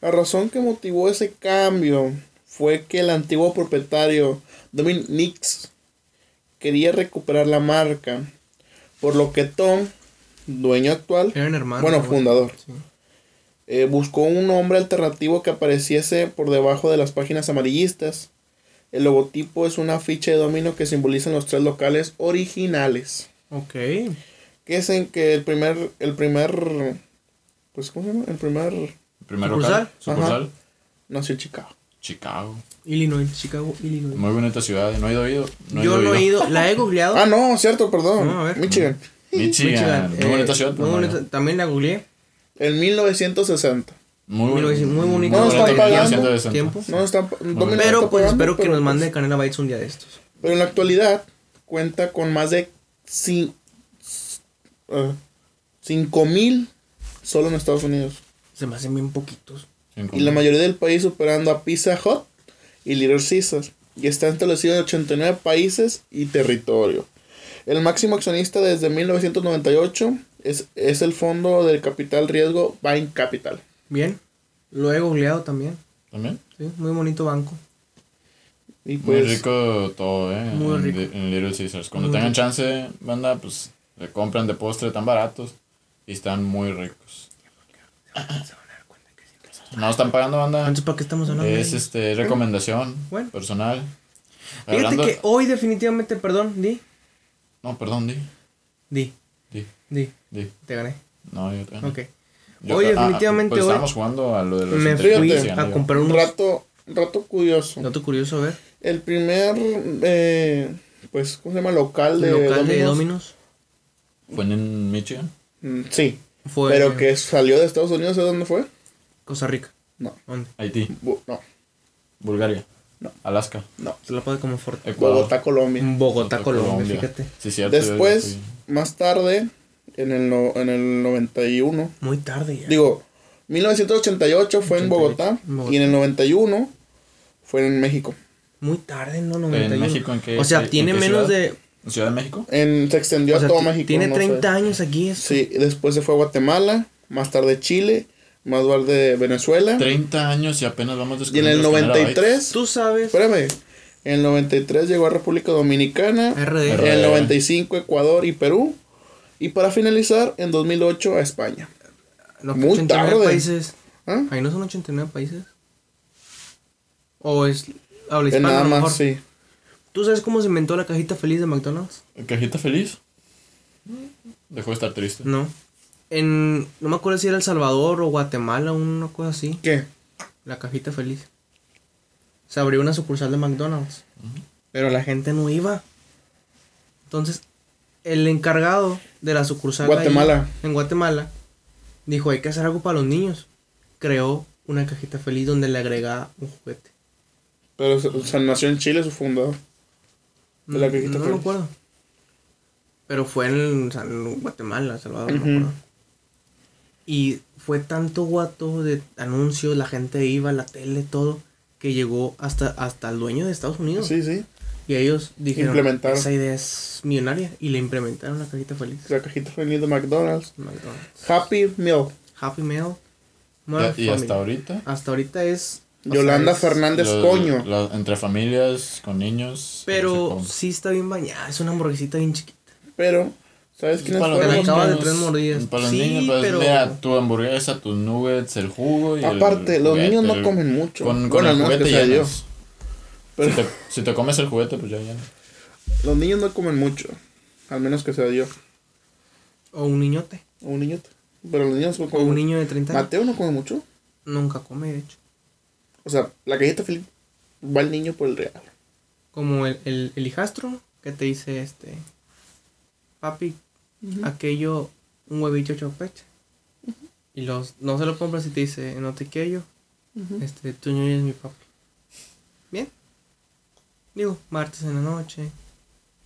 [SPEAKER 3] La razón que motivó ese cambio fue que el antiguo propietario, Dominic Nix, quería recuperar la marca, por lo que Tom, dueño actual,
[SPEAKER 2] Eran hermanos.
[SPEAKER 3] bueno,
[SPEAKER 2] güey.
[SPEAKER 3] fundador,
[SPEAKER 2] Sí.
[SPEAKER 3] eh, buscó un nombre alternativo que apareciese por debajo de las páginas amarillistas. El logotipo es una ficha de dominio que simbolizan los tres locales originales.
[SPEAKER 2] Ok.
[SPEAKER 3] Que es en que el primer, el primer, pues, ¿cómo se llama? El primer,
[SPEAKER 1] Primer
[SPEAKER 2] ¿Sucursal?
[SPEAKER 1] local. Sucursal.
[SPEAKER 3] nació en Chicago.
[SPEAKER 1] Chicago.
[SPEAKER 2] Illinois, Chicago, Illinois.
[SPEAKER 1] Muy bonita ciudad. No he oído. No
[SPEAKER 2] Yo no he ido, la he googleado.
[SPEAKER 3] Ah, no, cierto, perdón.
[SPEAKER 2] No, a ver.
[SPEAKER 3] Michigan.
[SPEAKER 1] Michigan. Muy
[SPEAKER 2] eh,
[SPEAKER 1] bonita ciudad.
[SPEAKER 2] muy
[SPEAKER 1] pero no he ido.
[SPEAKER 2] bonita- también la googleé.
[SPEAKER 3] En 1960.
[SPEAKER 1] Muy,
[SPEAKER 2] Muy
[SPEAKER 1] bonito.
[SPEAKER 2] bonita, muy bonita.
[SPEAKER 3] No, está pagando
[SPEAKER 2] tiempo.
[SPEAKER 3] No están. Domino
[SPEAKER 2] Pero
[SPEAKER 3] está
[SPEAKER 2] pues
[SPEAKER 3] pagando,
[SPEAKER 2] espero que
[SPEAKER 3] pero,
[SPEAKER 2] nos mande
[SPEAKER 3] pues,
[SPEAKER 2] Canela Bites un día de estos.
[SPEAKER 3] pero en la actualidad cuenta con más de 5 mil solo en Estados Unidos.
[SPEAKER 2] Se me hacen bien poquitos.
[SPEAKER 3] Y la mayoría del país superando a Pizza Hut y Little Caesar. Y está establecido en 89 países y territorio. El máximo accionista desde 1998 es, es el fondo del capital riesgo Vine Capital.
[SPEAKER 2] Bien. Lo he googleado también.
[SPEAKER 1] También.
[SPEAKER 2] Sí, muy bonito banco.
[SPEAKER 3] Y
[SPEAKER 1] Muy
[SPEAKER 3] pues,
[SPEAKER 1] rico todo, ¿eh?
[SPEAKER 2] Muy
[SPEAKER 1] en,
[SPEAKER 2] rico.
[SPEAKER 1] Li- en Little Caesars. Cuando
[SPEAKER 2] Muy
[SPEAKER 1] tengan
[SPEAKER 2] rico.
[SPEAKER 1] chance, banda, pues le compran de postre tan baratos y están muy ricos.
[SPEAKER 2] Ah,
[SPEAKER 1] No están pagando, banda.
[SPEAKER 2] Entonces, ¿para qué estamos hablando? de
[SPEAKER 1] Es
[SPEAKER 2] ello?
[SPEAKER 1] este recomendación
[SPEAKER 2] Bueno.
[SPEAKER 1] personal.
[SPEAKER 2] Fíjate
[SPEAKER 1] Hablando-
[SPEAKER 2] que hoy definitivamente, perdón, di,
[SPEAKER 1] No, perdón, di.
[SPEAKER 2] di,
[SPEAKER 1] Di,
[SPEAKER 2] di,
[SPEAKER 1] di.
[SPEAKER 2] te gané.
[SPEAKER 1] No, yo te-
[SPEAKER 2] Ok.
[SPEAKER 1] Yo-
[SPEAKER 2] Hoy
[SPEAKER 1] ah, ah,
[SPEAKER 2] definitivamente
[SPEAKER 1] pues
[SPEAKER 2] hoy
[SPEAKER 1] estábamos jugando a lo de los
[SPEAKER 2] me fui
[SPEAKER 1] inteligentes y
[SPEAKER 2] a
[SPEAKER 1] gané yo.
[SPEAKER 2] comprar
[SPEAKER 3] un
[SPEAKER 2] unos...
[SPEAKER 3] rato, un rato curioso.
[SPEAKER 2] Dato curioso, a ver.
[SPEAKER 3] El primer, eh, pues, ¿cómo se llama? Local de
[SPEAKER 2] local de
[SPEAKER 3] Domino's.
[SPEAKER 2] Dominos.
[SPEAKER 1] ¿Fue en Michigan?
[SPEAKER 3] Mm, Sí,
[SPEAKER 2] Fue
[SPEAKER 3] pero que salió de Estados Unidos, ¿sabes dónde fue?
[SPEAKER 2] Costa Rica.
[SPEAKER 3] No,
[SPEAKER 2] ¿Dónde?
[SPEAKER 1] Haití.
[SPEAKER 3] Bu- no,
[SPEAKER 1] Bulgaria.
[SPEAKER 3] No.
[SPEAKER 1] Alaska.
[SPEAKER 3] no.
[SPEAKER 2] Se la puede como fuerte.
[SPEAKER 1] Ecuador.
[SPEAKER 3] Bogotá, Colombia.
[SPEAKER 2] Bogotá, Colombia, fíjate.
[SPEAKER 1] Sí, cierto. yo- yo
[SPEAKER 3] Después,
[SPEAKER 1] fui.
[SPEAKER 3] más tarde, en el, no- en el 91,
[SPEAKER 2] Muy tarde ya.
[SPEAKER 3] digo, 1988 fue en
[SPEAKER 2] 88,
[SPEAKER 3] Bogotá,
[SPEAKER 2] en Bogotá.
[SPEAKER 3] y en el 91 fue en México.
[SPEAKER 2] Muy tarde, no, 91.
[SPEAKER 1] México en qué-
[SPEAKER 2] O sea,
[SPEAKER 1] en
[SPEAKER 2] tiene
[SPEAKER 1] qué
[SPEAKER 2] menos
[SPEAKER 1] ciudad?
[SPEAKER 2] de...
[SPEAKER 1] ¿En Ciudad de México?
[SPEAKER 3] En, se extendió
[SPEAKER 2] o sea,
[SPEAKER 3] a todo
[SPEAKER 2] ti-
[SPEAKER 3] México.
[SPEAKER 2] tiene
[SPEAKER 3] no sé.
[SPEAKER 2] 30 años aquí. Es...
[SPEAKER 3] Sí, después se fue a Guatemala, más tarde Chile, más tarde Venezuela.
[SPEAKER 1] 30 años y apenas vamos
[SPEAKER 3] Y en
[SPEAKER 1] descubriendo
[SPEAKER 3] el
[SPEAKER 1] los Canela
[SPEAKER 3] 93,
[SPEAKER 2] Tú sabes...
[SPEAKER 3] espérame, en el 93 llegó a República Dominicana,
[SPEAKER 2] RD.
[SPEAKER 3] en el
[SPEAKER 1] RD.
[SPEAKER 3] 95 Ecuador y Perú, y para finalizar en 2008 a España.
[SPEAKER 2] Los
[SPEAKER 3] Muy
[SPEAKER 2] 89
[SPEAKER 3] tarde.
[SPEAKER 2] países.
[SPEAKER 3] ¿Ah?
[SPEAKER 2] Ahí no son 89 países. O es. Habla
[SPEAKER 3] En
[SPEAKER 2] hispana, a
[SPEAKER 3] Eh, nada
[SPEAKER 2] lo
[SPEAKER 3] más,
[SPEAKER 2] mejor.
[SPEAKER 3] sí.
[SPEAKER 2] ¿Tú sabes cómo se inventó la cajita feliz de McDonald's?
[SPEAKER 1] Bytes. ¿Cajita feliz? Dejó de estar triste.
[SPEAKER 2] No. En. No me acuerdo si era El Salvador o Guatemala, una cosa así.
[SPEAKER 3] ¿Qué?
[SPEAKER 2] La cajita feliz. Se abrió una sucursal de McDonald's. Pero la gente no iba. Entonces, el encargado de la sucursal. ahí,
[SPEAKER 3] Guatemala.
[SPEAKER 2] en Guatemala. Dijo, hay que hacer algo para los niños. Creó una cajita feliz donde le agregaba un juguete.
[SPEAKER 3] Pero se- o sea, nació en Chile su fundador. de la cajita
[SPEAKER 2] Mm, no, no
[SPEAKER 3] feliz.
[SPEAKER 2] me acuerdo. Pero fue en, San- en Guatemala, El Salvador, no me
[SPEAKER 3] Ujú.
[SPEAKER 2] acuerdo. Y fue tanto guato de anuncios, la gente iba, la tele, todo, que llegó hasta, hasta el dueño de Estados Unidos.
[SPEAKER 3] Sí, sí,
[SPEAKER 2] Y ellos dijeron,
[SPEAKER 3] Implementaron.
[SPEAKER 2] esa idea es millonaria. Y le implementaron la cajita feliz.
[SPEAKER 3] la cajita feliz de McDonald's.
[SPEAKER 2] McDonald's.
[SPEAKER 3] Happy Meal.
[SPEAKER 2] Happy Meal.
[SPEAKER 1] Ya-
[SPEAKER 2] Modern
[SPEAKER 1] y
[SPEAKER 2] Family.
[SPEAKER 1] hasta ahorita.
[SPEAKER 2] Hasta ahorita es... o sea,
[SPEAKER 3] Yolanda
[SPEAKER 2] es-
[SPEAKER 3] Fernández
[SPEAKER 1] lo-
[SPEAKER 3] Coño.
[SPEAKER 1] lo- entre familias, con niños.
[SPEAKER 2] Pero
[SPEAKER 1] no sé
[SPEAKER 2] sí está bien bañada, es una hamburguesita bien chiquita.
[SPEAKER 3] Pero, ¿sabes quiénes
[SPEAKER 1] cómo.
[SPEAKER 2] Te la
[SPEAKER 3] fueron?
[SPEAKER 2] acaba de
[SPEAKER 1] niños,
[SPEAKER 2] tres mordidas.
[SPEAKER 1] Para los
[SPEAKER 2] Sí,
[SPEAKER 1] niños, pues,
[SPEAKER 2] pero-
[SPEAKER 1] mira, tu hamburguesa, tus nuggets, el jugo y el
[SPEAKER 3] Aparte, los
[SPEAKER 1] juguete,
[SPEAKER 3] niños
[SPEAKER 1] el-
[SPEAKER 3] no comen mucho.
[SPEAKER 1] Con, con
[SPEAKER 3] bueno,
[SPEAKER 1] el
[SPEAKER 3] no,
[SPEAKER 1] juguete
[SPEAKER 3] que sea
[SPEAKER 1] llenas.
[SPEAKER 3] Dios. Pero-
[SPEAKER 1] Si, te, si te comes el juguete, pues ya ya.
[SPEAKER 3] Los niños no comen mucho. Al menos que sea yo.
[SPEAKER 2] O un niñote.
[SPEAKER 3] O un niño. Pero los niños no
[SPEAKER 2] O
[SPEAKER 3] comen
[SPEAKER 2] un
[SPEAKER 3] mucho.
[SPEAKER 2] niño de 30 años.
[SPEAKER 3] Mateo no come mucho.
[SPEAKER 2] Nunca come, de hecho.
[SPEAKER 3] O sea, la galleta feliz va el niño por el regalo.
[SPEAKER 2] Como el, el, el hijastro que te dice este... Papi, aquello, un huevito chopecha. Y los, no se lo compras y te dice, no te quiero. Este, tú no eres mi papi. Bien. Digo, martes en la noche.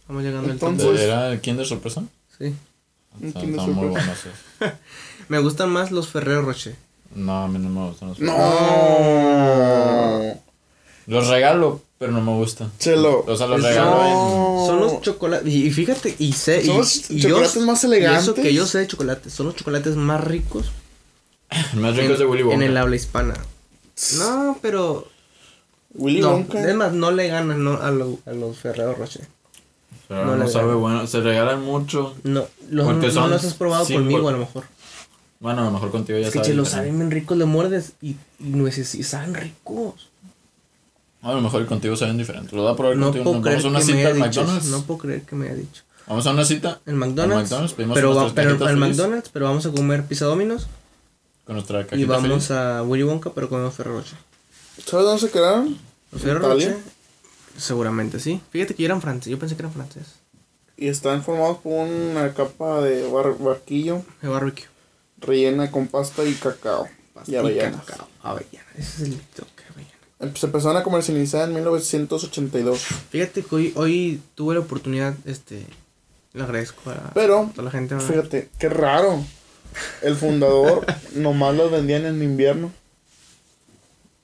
[SPEAKER 2] Vamos llegando al
[SPEAKER 3] Entonces-
[SPEAKER 2] tiempo.
[SPEAKER 1] ¿Era el Kinder Sorpresa?
[SPEAKER 2] Sí.
[SPEAKER 3] Un
[SPEAKER 1] Están-
[SPEAKER 3] Kinder
[SPEAKER 1] están muy
[SPEAKER 3] Sorpresa.
[SPEAKER 1] buenos esos.
[SPEAKER 2] Me gustan más los Ferrero Rocher.
[SPEAKER 1] No, a mí no me gustan los
[SPEAKER 3] No.
[SPEAKER 1] Los regalo, pero no me gustan.
[SPEAKER 3] Se lo.
[SPEAKER 1] O sea, los
[SPEAKER 3] No.
[SPEAKER 1] regalo
[SPEAKER 2] Son los chocolates. Y y fíjate, y sé. y-
[SPEAKER 3] Son los
[SPEAKER 2] y
[SPEAKER 3] chocolates más elegantes.
[SPEAKER 2] y eso que yo sé de chocolates. Son los chocolates más ricos
[SPEAKER 1] en... Más ricos de Willy Wonka.
[SPEAKER 2] en el habla hispana. No, pero.
[SPEAKER 3] Willy
[SPEAKER 2] no,
[SPEAKER 3] Wonka.
[SPEAKER 2] es más, no le ganan no, a, lo- a los Ferrero Rocher.
[SPEAKER 1] Pero
[SPEAKER 2] No
[SPEAKER 1] no,
[SPEAKER 2] le
[SPEAKER 1] sabe
[SPEAKER 2] gano.
[SPEAKER 1] bueno. Se regalan mucho.
[SPEAKER 2] No, los,
[SPEAKER 1] Porque
[SPEAKER 2] no,
[SPEAKER 1] son
[SPEAKER 2] los has probado
[SPEAKER 1] símbolo-
[SPEAKER 2] conmigo a lo mejor.
[SPEAKER 1] Bueno, a lo mejor contigo ya
[SPEAKER 2] Es que
[SPEAKER 1] sabes.
[SPEAKER 2] che, los
[SPEAKER 1] diferente.
[SPEAKER 2] saben bien ricos, le muerdes y, y nueces y saben ricos.
[SPEAKER 1] A lo mejor contigo saben diferente. Lo voy a probar
[SPEAKER 2] No
[SPEAKER 1] contigo.
[SPEAKER 2] puedo
[SPEAKER 1] Nos
[SPEAKER 2] creer
[SPEAKER 1] vamos a
[SPEAKER 2] que
[SPEAKER 1] una
[SPEAKER 2] me haya
[SPEAKER 1] cita al
[SPEAKER 2] dicho eso,
[SPEAKER 1] McDonald's.
[SPEAKER 2] No puedo creer que me haya dicho.
[SPEAKER 1] Vamos a una cita
[SPEAKER 2] El McDonald's.
[SPEAKER 1] McDonald's pedimos
[SPEAKER 2] pero
[SPEAKER 1] nuestras
[SPEAKER 2] va- pero
[SPEAKER 1] galletas
[SPEAKER 2] al
[SPEAKER 1] feliz.
[SPEAKER 2] McDonald's, pero vamos a comer pizza Domino's
[SPEAKER 1] con nuestra cajita.
[SPEAKER 2] y vamos
[SPEAKER 1] feliz.
[SPEAKER 2] a Willy Wonka, pero comemos Ferrero Rocher.
[SPEAKER 3] ¿Sabes dónde se quedaron?
[SPEAKER 2] ¿Los Ferrero
[SPEAKER 3] ¿Italia?
[SPEAKER 2] Rocher? Seguramente sí. Fíjate que yo eran franceses, yo pensé que eran franceses.
[SPEAKER 3] Y están formados por una capa de bar- barquillo
[SPEAKER 2] El barbecue. rellena
[SPEAKER 3] rellena con pasta y cacao. y avellanas.
[SPEAKER 2] cacao, Avellana. Ese es el toque, avellana.
[SPEAKER 3] Em- Se empezaron a comercializar en 1982.
[SPEAKER 2] Fíjate que hoy, hoy tuve la oportunidad, este, le agradezco a
[SPEAKER 3] Pero,
[SPEAKER 2] a toda la gente. ¿verdad?
[SPEAKER 3] Fíjate, qué raro. El fundador nomás los vendían en invierno.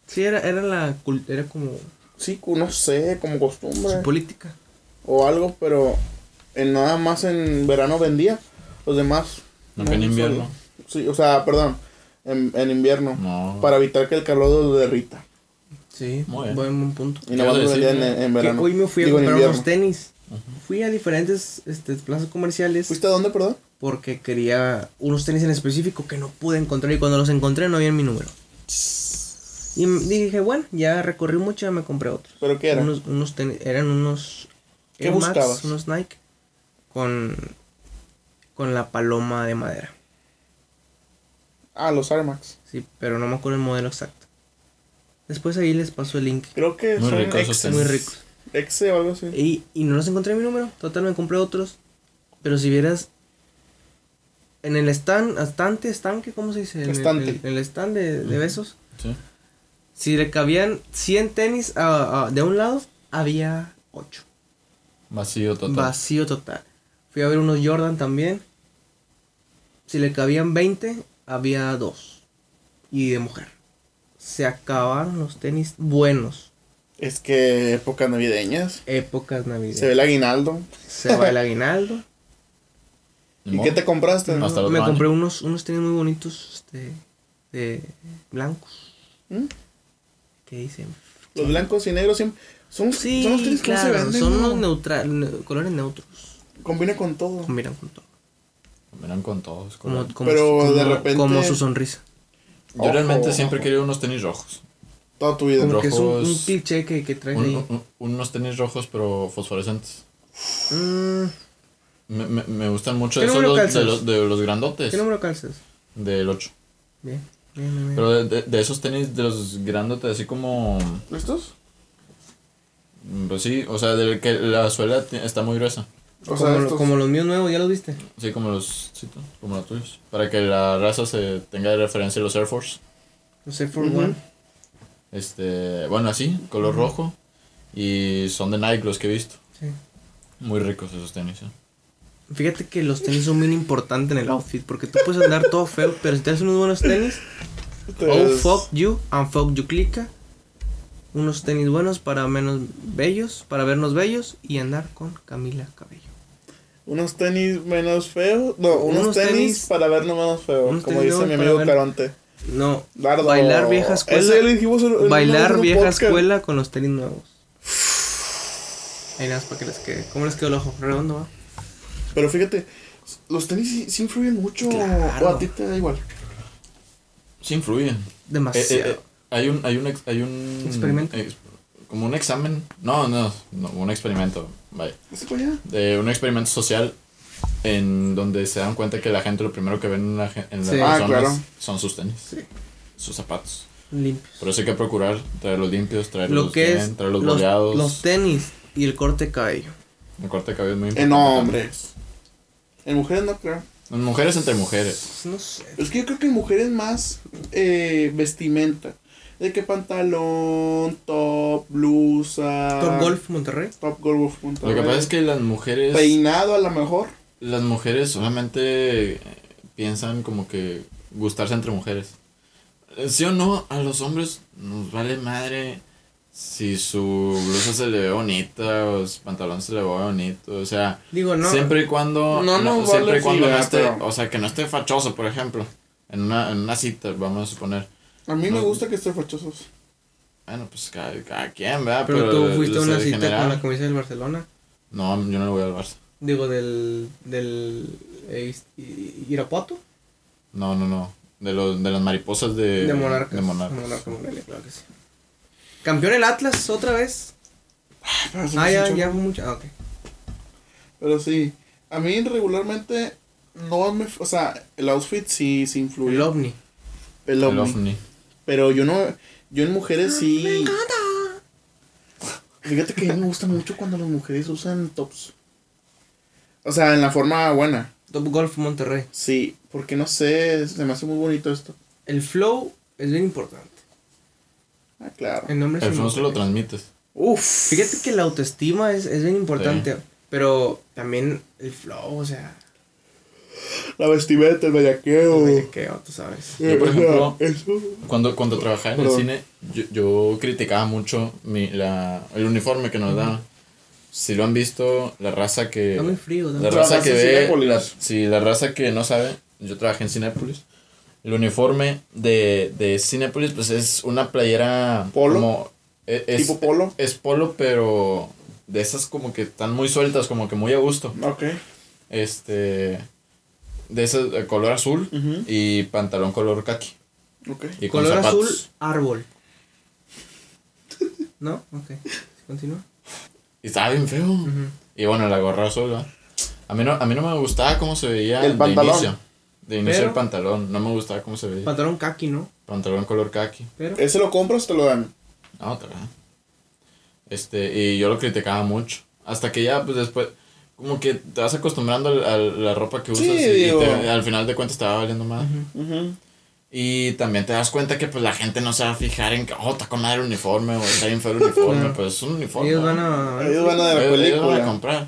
[SPEAKER 2] Sí, era, era la cul- era como
[SPEAKER 3] Sí, cu- no sé, como
[SPEAKER 2] su
[SPEAKER 3] costumbre
[SPEAKER 2] política.
[SPEAKER 3] o algo, pero en nada más en verano vendía. Los demás.
[SPEAKER 1] Nunca en invierno.
[SPEAKER 3] solo- Sí, o sea, perdón, en, en invierno.
[SPEAKER 1] No.
[SPEAKER 3] Para evitar que el calor los derrita.
[SPEAKER 2] Sí,
[SPEAKER 1] Muy bien.
[SPEAKER 2] buen, buen punto.
[SPEAKER 3] Y nada más
[SPEAKER 1] ¿Qué
[SPEAKER 3] los
[SPEAKER 1] ibas a
[SPEAKER 3] vendían
[SPEAKER 1] decir?
[SPEAKER 3] en, en
[SPEAKER 2] Que
[SPEAKER 3] verano.
[SPEAKER 2] hoy me fui a
[SPEAKER 3] Digo, en
[SPEAKER 2] comprar
[SPEAKER 3] invierno.
[SPEAKER 2] unos tenis. Fui a diferentes este, plazas comerciales
[SPEAKER 3] ¿Fuiste a dónde, perdón?
[SPEAKER 2] porque quería unos tenis en específico que no pude encontrar y cuando los encontré no había en mi número. Y m- dije, bueno, ya recorrí mucho, ya me compré otros.
[SPEAKER 3] ¿Pero qué era?
[SPEAKER 2] Unos, unos tenis, eran unos
[SPEAKER 3] ¿Qué
[SPEAKER 2] Air Max,
[SPEAKER 3] buscabas?
[SPEAKER 2] unos Nike con, con la paloma de madera.
[SPEAKER 3] Ah, los Armax.
[SPEAKER 2] Sí, pero no me acuerdo el modelo exacto. Después ahí les paso el link.
[SPEAKER 3] Creo que
[SPEAKER 1] Muy
[SPEAKER 3] son
[SPEAKER 1] ricos esos
[SPEAKER 3] ex-
[SPEAKER 1] tenis.
[SPEAKER 2] Muy rico.
[SPEAKER 3] Exe o algo así.
[SPEAKER 2] Y, y no los encontré en mi número. Total, me compré otros. Pero si vieras. En el stand, estante, estanque, ¿cómo se dice? En el-
[SPEAKER 3] Estante.
[SPEAKER 2] En el, stand de, de besos.
[SPEAKER 1] Sí.
[SPEAKER 2] Si le cabían 100 tenis a- a- de un lado, había 8.
[SPEAKER 1] Vacío total.
[SPEAKER 2] Vacío total. Fui a ver unos Jordan también. Si le cabían 20, había 2. Y de mujer. Se acabaron los tenis buenos.
[SPEAKER 3] Es que épocas navideñas.
[SPEAKER 2] Épocas navideñas.
[SPEAKER 3] Se ve el aguinaldo.
[SPEAKER 2] Se va el aguinaldo.
[SPEAKER 1] Ni
[SPEAKER 3] ¿Y qué te compraste?
[SPEAKER 1] No. Hasta el
[SPEAKER 2] me
[SPEAKER 1] otro
[SPEAKER 2] compré unos, unos tenis muy bonitos este, de blancos.
[SPEAKER 3] ¿Mm?
[SPEAKER 2] Que dicen.
[SPEAKER 3] Los blancos y negros siempre. Son,
[SPEAKER 2] Sí,
[SPEAKER 3] son los tenis que no se
[SPEAKER 2] claro,
[SPEAKER 3] venden.
[SPEAKER 2] son
[SPEAKER 3] ¿no?
[SPEAKER 2] unos neutral, ne- colores neutros.
[SPEAKER 3] Combina con todo.
[SPEAKER 2] Combinan con todo.
[SPEAKER 1] Combinaron con todos. con-
[SPEAKER 2] Como, como,
[SPEAKER 3] Pero
[SPEAKER 2] su-
[SPEAKER 3] de
[SPEAKER 2] como-
[SPEAKER 3] repente-
[SPEAKER 2] como su sonrisa.
[SPEAKER 1] Yo
[SPEAKER 3] Ojo,
[SPEAKER 1] realmente
[SPEAKER 3] ojo.
[SPEAKER 1] siempre he querido unos tenis rojos.
[SPEAKER 3] Toda tu vida.
[SPEAKER 2] Como que es un, un
[SPEAKER 1] rojos.
[SPEAKER 2] cliché que, que trae
[SPEAKER 1] Un-
[SPEAKER 2] ahí.
[SPEAKER 1] un- unos tenis rojos pero fosforescentes.
[SPEAKER 2] Mm,
[SPEAKER 1] Me, me, me gustan mucho
[SPEAKER 2] ¿Qué
[SPEAKER 1] esos
[SPEAKER 2] número
[SPEAKER 1] los- de,
[SPEAKER 2] calzas?
[SPEAKER 1] los, de los grandotes.
[SPEAKER 2] ¿Qué número calzas?
[SPEAKER 1] Del 8.
[SPEAKER 2] Bien, bien, bien. bien.
[SPEAKER 1] Pero de, de- de esos tenis de los grandotes así como...
[SPEAKER 3] ¿Listos?
[SPEAKER 1] mm, Pues sí, o sea, del que la suela ti- está muy gruesa.
[SPEAKER 3] O
[SPEAKER 2] como,
[SPEAKER 3] sea,
[SPEAKER 2] lo-
[SPEAKER 3] estos.
[SPEAKER 2] como los míos nuevos, ¿ya los viste?
[SPEAKER 1] Así como los... sí, tú, como los tuyos. Para que la raza se tenga de referencia los Air Force.
[SPEAKER 2] No sé, for
[SPEAKER 3] Ujú.
[SPEAKER 2] one.
[SPEAKER 1] Este, bueno, así, color rojo. Y son de Nike los que he visto.
[SPEAKER 2] Sí.
[SPEAKER 1] Muy ricos esos tenis. ¿eh?
[SPEAKER 2] Fíjate que los tenis son bien importantes en el outfit porque tú puedes andar todo feo, pero si tienes unos buenos tenis, oh
[SPEAKER 3] Entonces,
[SPEAKER 2] fuck you and fuck you clica. Unos tenis buenos para menos bellos, para vernos bellos y andar con Camila Cabello.
[SPEAKER 3] Unos tenis menos feos. No, unos,
[SPEAKER 2] Unos
[SPEAKER 3] tenis,
[SPEAKER 2] tenis-
[SPEAKER 3] para vernos menos feos.
[SPEAKER 2] unos
[SPEAKER 3] Como
[SPEAKER 2] tenis
[SPEAKER 3] dice mi
[SPEAKER 2] nuevos
[SPEAKER 3] amigo
[SPEAKER 2] para ver-
[SPEAKER 3] Caronte.
[SPEAKER 2] No,
[SPEAKER 3] Dardo.
[SPEAKER 2] bailar vieja escuela.
[SPEAKER 3] Eso ya lo dijimos en- en una vez en
[SPEAKER 2] bailar
[SPEAKER 3] un
[SPEAKER 2] vieja
[SPEAKER 3] podcast.
[SPEAKER 2] escuela con los tenis nuevos. Ahí nada más para que les quede. ¿Cómo les quedó el ojo? Redondo, va.
[SPEAKER 3] Pero fíjate, los tenis sí, sí influyen mucho.
[SPEAKER 2] Claro.
[SPEAKER 3] O a ti te da igual.
[SPEAKER 1] Sí influyen. Eh,
[SPEAKER 2] Demasiado.
[SPEAKER 1] eh, eh, hay un hay un ex- hay un
[SPEAKER 2] Experimento.
[SPEAKER 1] ex- como un examen no no, no, un experimento vaya
[SPEAKER 3] Así para allá.
[SPEAKER 1] de un experimento social en donde se dan cuenta que la gente lo primero que ven en la, gen- en las
[SPEAKER 2] Sí.
[SPEAKER 3] Ah,
[SPEAKER 1] personas
[SPEAKER 3] claro.
[SPEAKER 1] son sus tenis sus zapatos
[SPEAKER 2] Limpios.
[SPEAKER 1] por eso hay que procurar traerlos limpios traerlos
[SPEAKER 2] Lo que es
[SPEAKER 1] bien traerlos
[SPEAKER 2] los,
[SPEAKER 1] boleados
[SPEAKER 2] los tenis y el corte de cabello.
[SPEAKER 1] el corte de cabello es muy
[SPEAKER 3] En
[SPEAKER 1] importante
[SPEAKER 3] hombres. Eh, En mujeres no creo.
[SPEAKER 1] en mujeres entre mujeres
[SPEAKER 2] Pues, No sé.
[SPEAKER 3] Es que yo creo que en mujeres más eh, vestimenta. De que pantalón, top, blusa.
[SPEAKER 4] Ah.
[SPEAKER 2] Top Golf Monterrey.
[SPEAKER 3] Top golf.
[SPEAKER 1] lo que pasa es que las mujeres
[SPEAKER 3] Peinado a lo mejor.
[SPEAKER 1] las mujeres solamente eh, piensan como que gustarse entre mujeres. Eh, Sí o no, a los hombres nos vale madre si su blusa se le ve bonita o su pantalón se le ve bonito. O sea,
[SPEAKER 2] Digo, no.
[SPEAKER 1] siempre y cuando.
[SPEAKER 3] no nos vale
[SPEAKER 1] siempre y
[SPEAKER 3] si
[SPEAKER 1] cuando no
[SPEAKER 3] vea,
[SPEAKER 1] esté.
[SPEAKER 3] pero-
[SPEAKER 1] O sea, que no esté fachoso, por ejemplo. En una, en una cita, vamos a suponer.
[SPEAKER 4] A mí
[SPEAKER 1] No.
[SPEAKER 4] me gusta que estén fachosos.
[SPEAKER 1] Bueno, pues cada, cada quien, ¿verdad?
[SPEAKER 2] Pero, tú fuiste a
[SPEAKER 1] o sea,
[SPEAKER 2] una
[SPEAKER 1] en
[SPEAKER 2] cita
[SPEAKER 1] general-
[SPEAKER 2] con la camisa del Barcelona.
[SPEAKER 1] No, yo no le voy al Barça.
[SPEAKER 2] Digo, del. del. eh, I- Irapuato.
[SPEAKER 1] No, no, no. De, los, de las mariposas de...
[SPEAKER 2] de Monarcas.
[SPEAKER 1] De Monarcas.
[SPEAKER 2] Monarca Morelia, claro que sí. Campeón el Atlas otra vez.
[SPEAKER 4] Pero eso
[SPEAKER 2] Ah,
[SPEAKER 4] me
[SPEAKER 2] ya,
[SPEAKER 4] hace
[SPEAKER 2] ya
[SPEAKER 4] mucho-
[SPEAKER 2] fue mucho. Ah, ok.
[SPEAKER 4] Pero sí, a mí regularmente no me... O sea, el outfit sí, sí influye.
[SPEAKER 2] El ovni.
[SPEAKER 4] El
[SPEAKER 1] El
[SPEAKER 4] ovni.
[SPEAKER 1] ovni.
[SPEAKER 4] Pero yo no... Yo en mujeres sí... Ah, ¡Me encanta! Fíjate que a mí me gusta mucho cuando las mujeres usan tops. O sea, en la forma buena.
[SPEAKER 2] Top Golf Monterrey.
[SPEAKER 4] Sí, porque no sé, se me hace muy bonito esto.
[SPEAKER 2] El flow es bien importante.
[SPEAKER 4] Ah, claro.
[SPEAKER 2] El nombre es
[SPEAKER 1] El Alfonso lo
[SPEAKER 2] importante.
[SPEAKER 1] transmites.
[SPEAKER 4] Uf.
[SPEAKER 2] Fíjate que la autoestima es, es bien importante. Pero también el flow, o sea.
[SPEAKER 4] La vestimenta, el bellaqueo.
[SPEAKER 2] vaya que, oh, tú sabes.
[SPEAKER 1] Yo, por
[SPEAKER 4] Eh, o sea,
[SPEAKER 1] ejemplo,
[SPEAKER 4] eso.
[SPEAKER 1] Cuando, cuando trabajaba en el
[SPEAKER 4] Perdón.
[SPEAKER 1] cine, yo, yo criticaba mucho mi, la, el uniforme que nos daban. Si lo han visto, la raza que...
[SPEAKER 2] Está muy frío.
[SPEAKER 1] La
[SPEAKER 2] ¿no?
[SPEAKER 4] Trabajas
[SPEAKER 1] raza que
[SPEAKER 4] en
[SPEAKER 1] ve,
[SPEAKER 4] Cinépolis.
[SPEAKER 1] la, sí, la raza que no sabe, yo trabajé en Cinépolis. El uniforme de, de Cinépolis, pues es una playera.
[SPEAKER 4] ¿Polo?
[SPEAKER 1] como- e- es,
[SPEAKER 4] tipo polo.
[SPEAKER 1] es polo, pero de esas como que están muy sueltas, como que muy a gusto.
[SPEAKER 4] Ok.
[SPEAKER 1] Este. De esas de color azul
[SPEAKER 4] Ujú.
[SPEAKER 1] y pantalón color khaki.
[SPEAKER 4] Ok.
[SPEAKER 1] Y con
[SPEAKER 2] Color azul,
[SPEAKER 1] zapatos.
[SPEAKER 2] árbol. ¿No? Ok. Continúa.
[SPEAKER 1] Y estaba bien feo.
[SPEAKER 2] Ujú.
[SPEAKER 1] Y bueno, la gorra azul, ¿verdad? A mí no, a mí no me gustaba cómo se veía
[SPEAKER 4] El pantalón.
[SPEAKER 1] de inicio. De inicio
[SPEAKER 2] Pero-
[SPEAKER 1] el pantalón. No me gustaba cómo se veía.
[SPEAKER 2] Pantalón kaki, ¿no?
[SPEAKER 1] pantalón color khaki.
[SPEAKER 2] Pero.
[SPEAKER 4] Ese lo compras, te lo dan.
[SPEAKER 1] No, otra. Este, y yo lo criticaba mucho. Hasta que ya, pues después, como que te vas acostumbrando al- al- a la ropa que usas
[SPEAKER 4] Sí,
[SPEAKER 1] y, y
[SPEAKER 4] digo.
[SPEAKER 1] te- al final de cuentas te va valiendo más. Y también te das cuenta que pues la gente no se va a fijar en que, oh, está con madre el uniforme o está bien feo el uniforme,
[SPEAKER 2] Claro.
[SPEAKER 1] pues es un uniforme.
[SPEAKER 2] Ellos
[SPEAKER 1] ¿no?
[SPEAKER 2] van a.
[SPEAKER 4] Ellos van a de la
[SPEAKER 1] Ellos- ellos van a
[SPEAKER 4] película.
[SPEAKER 1] comprar.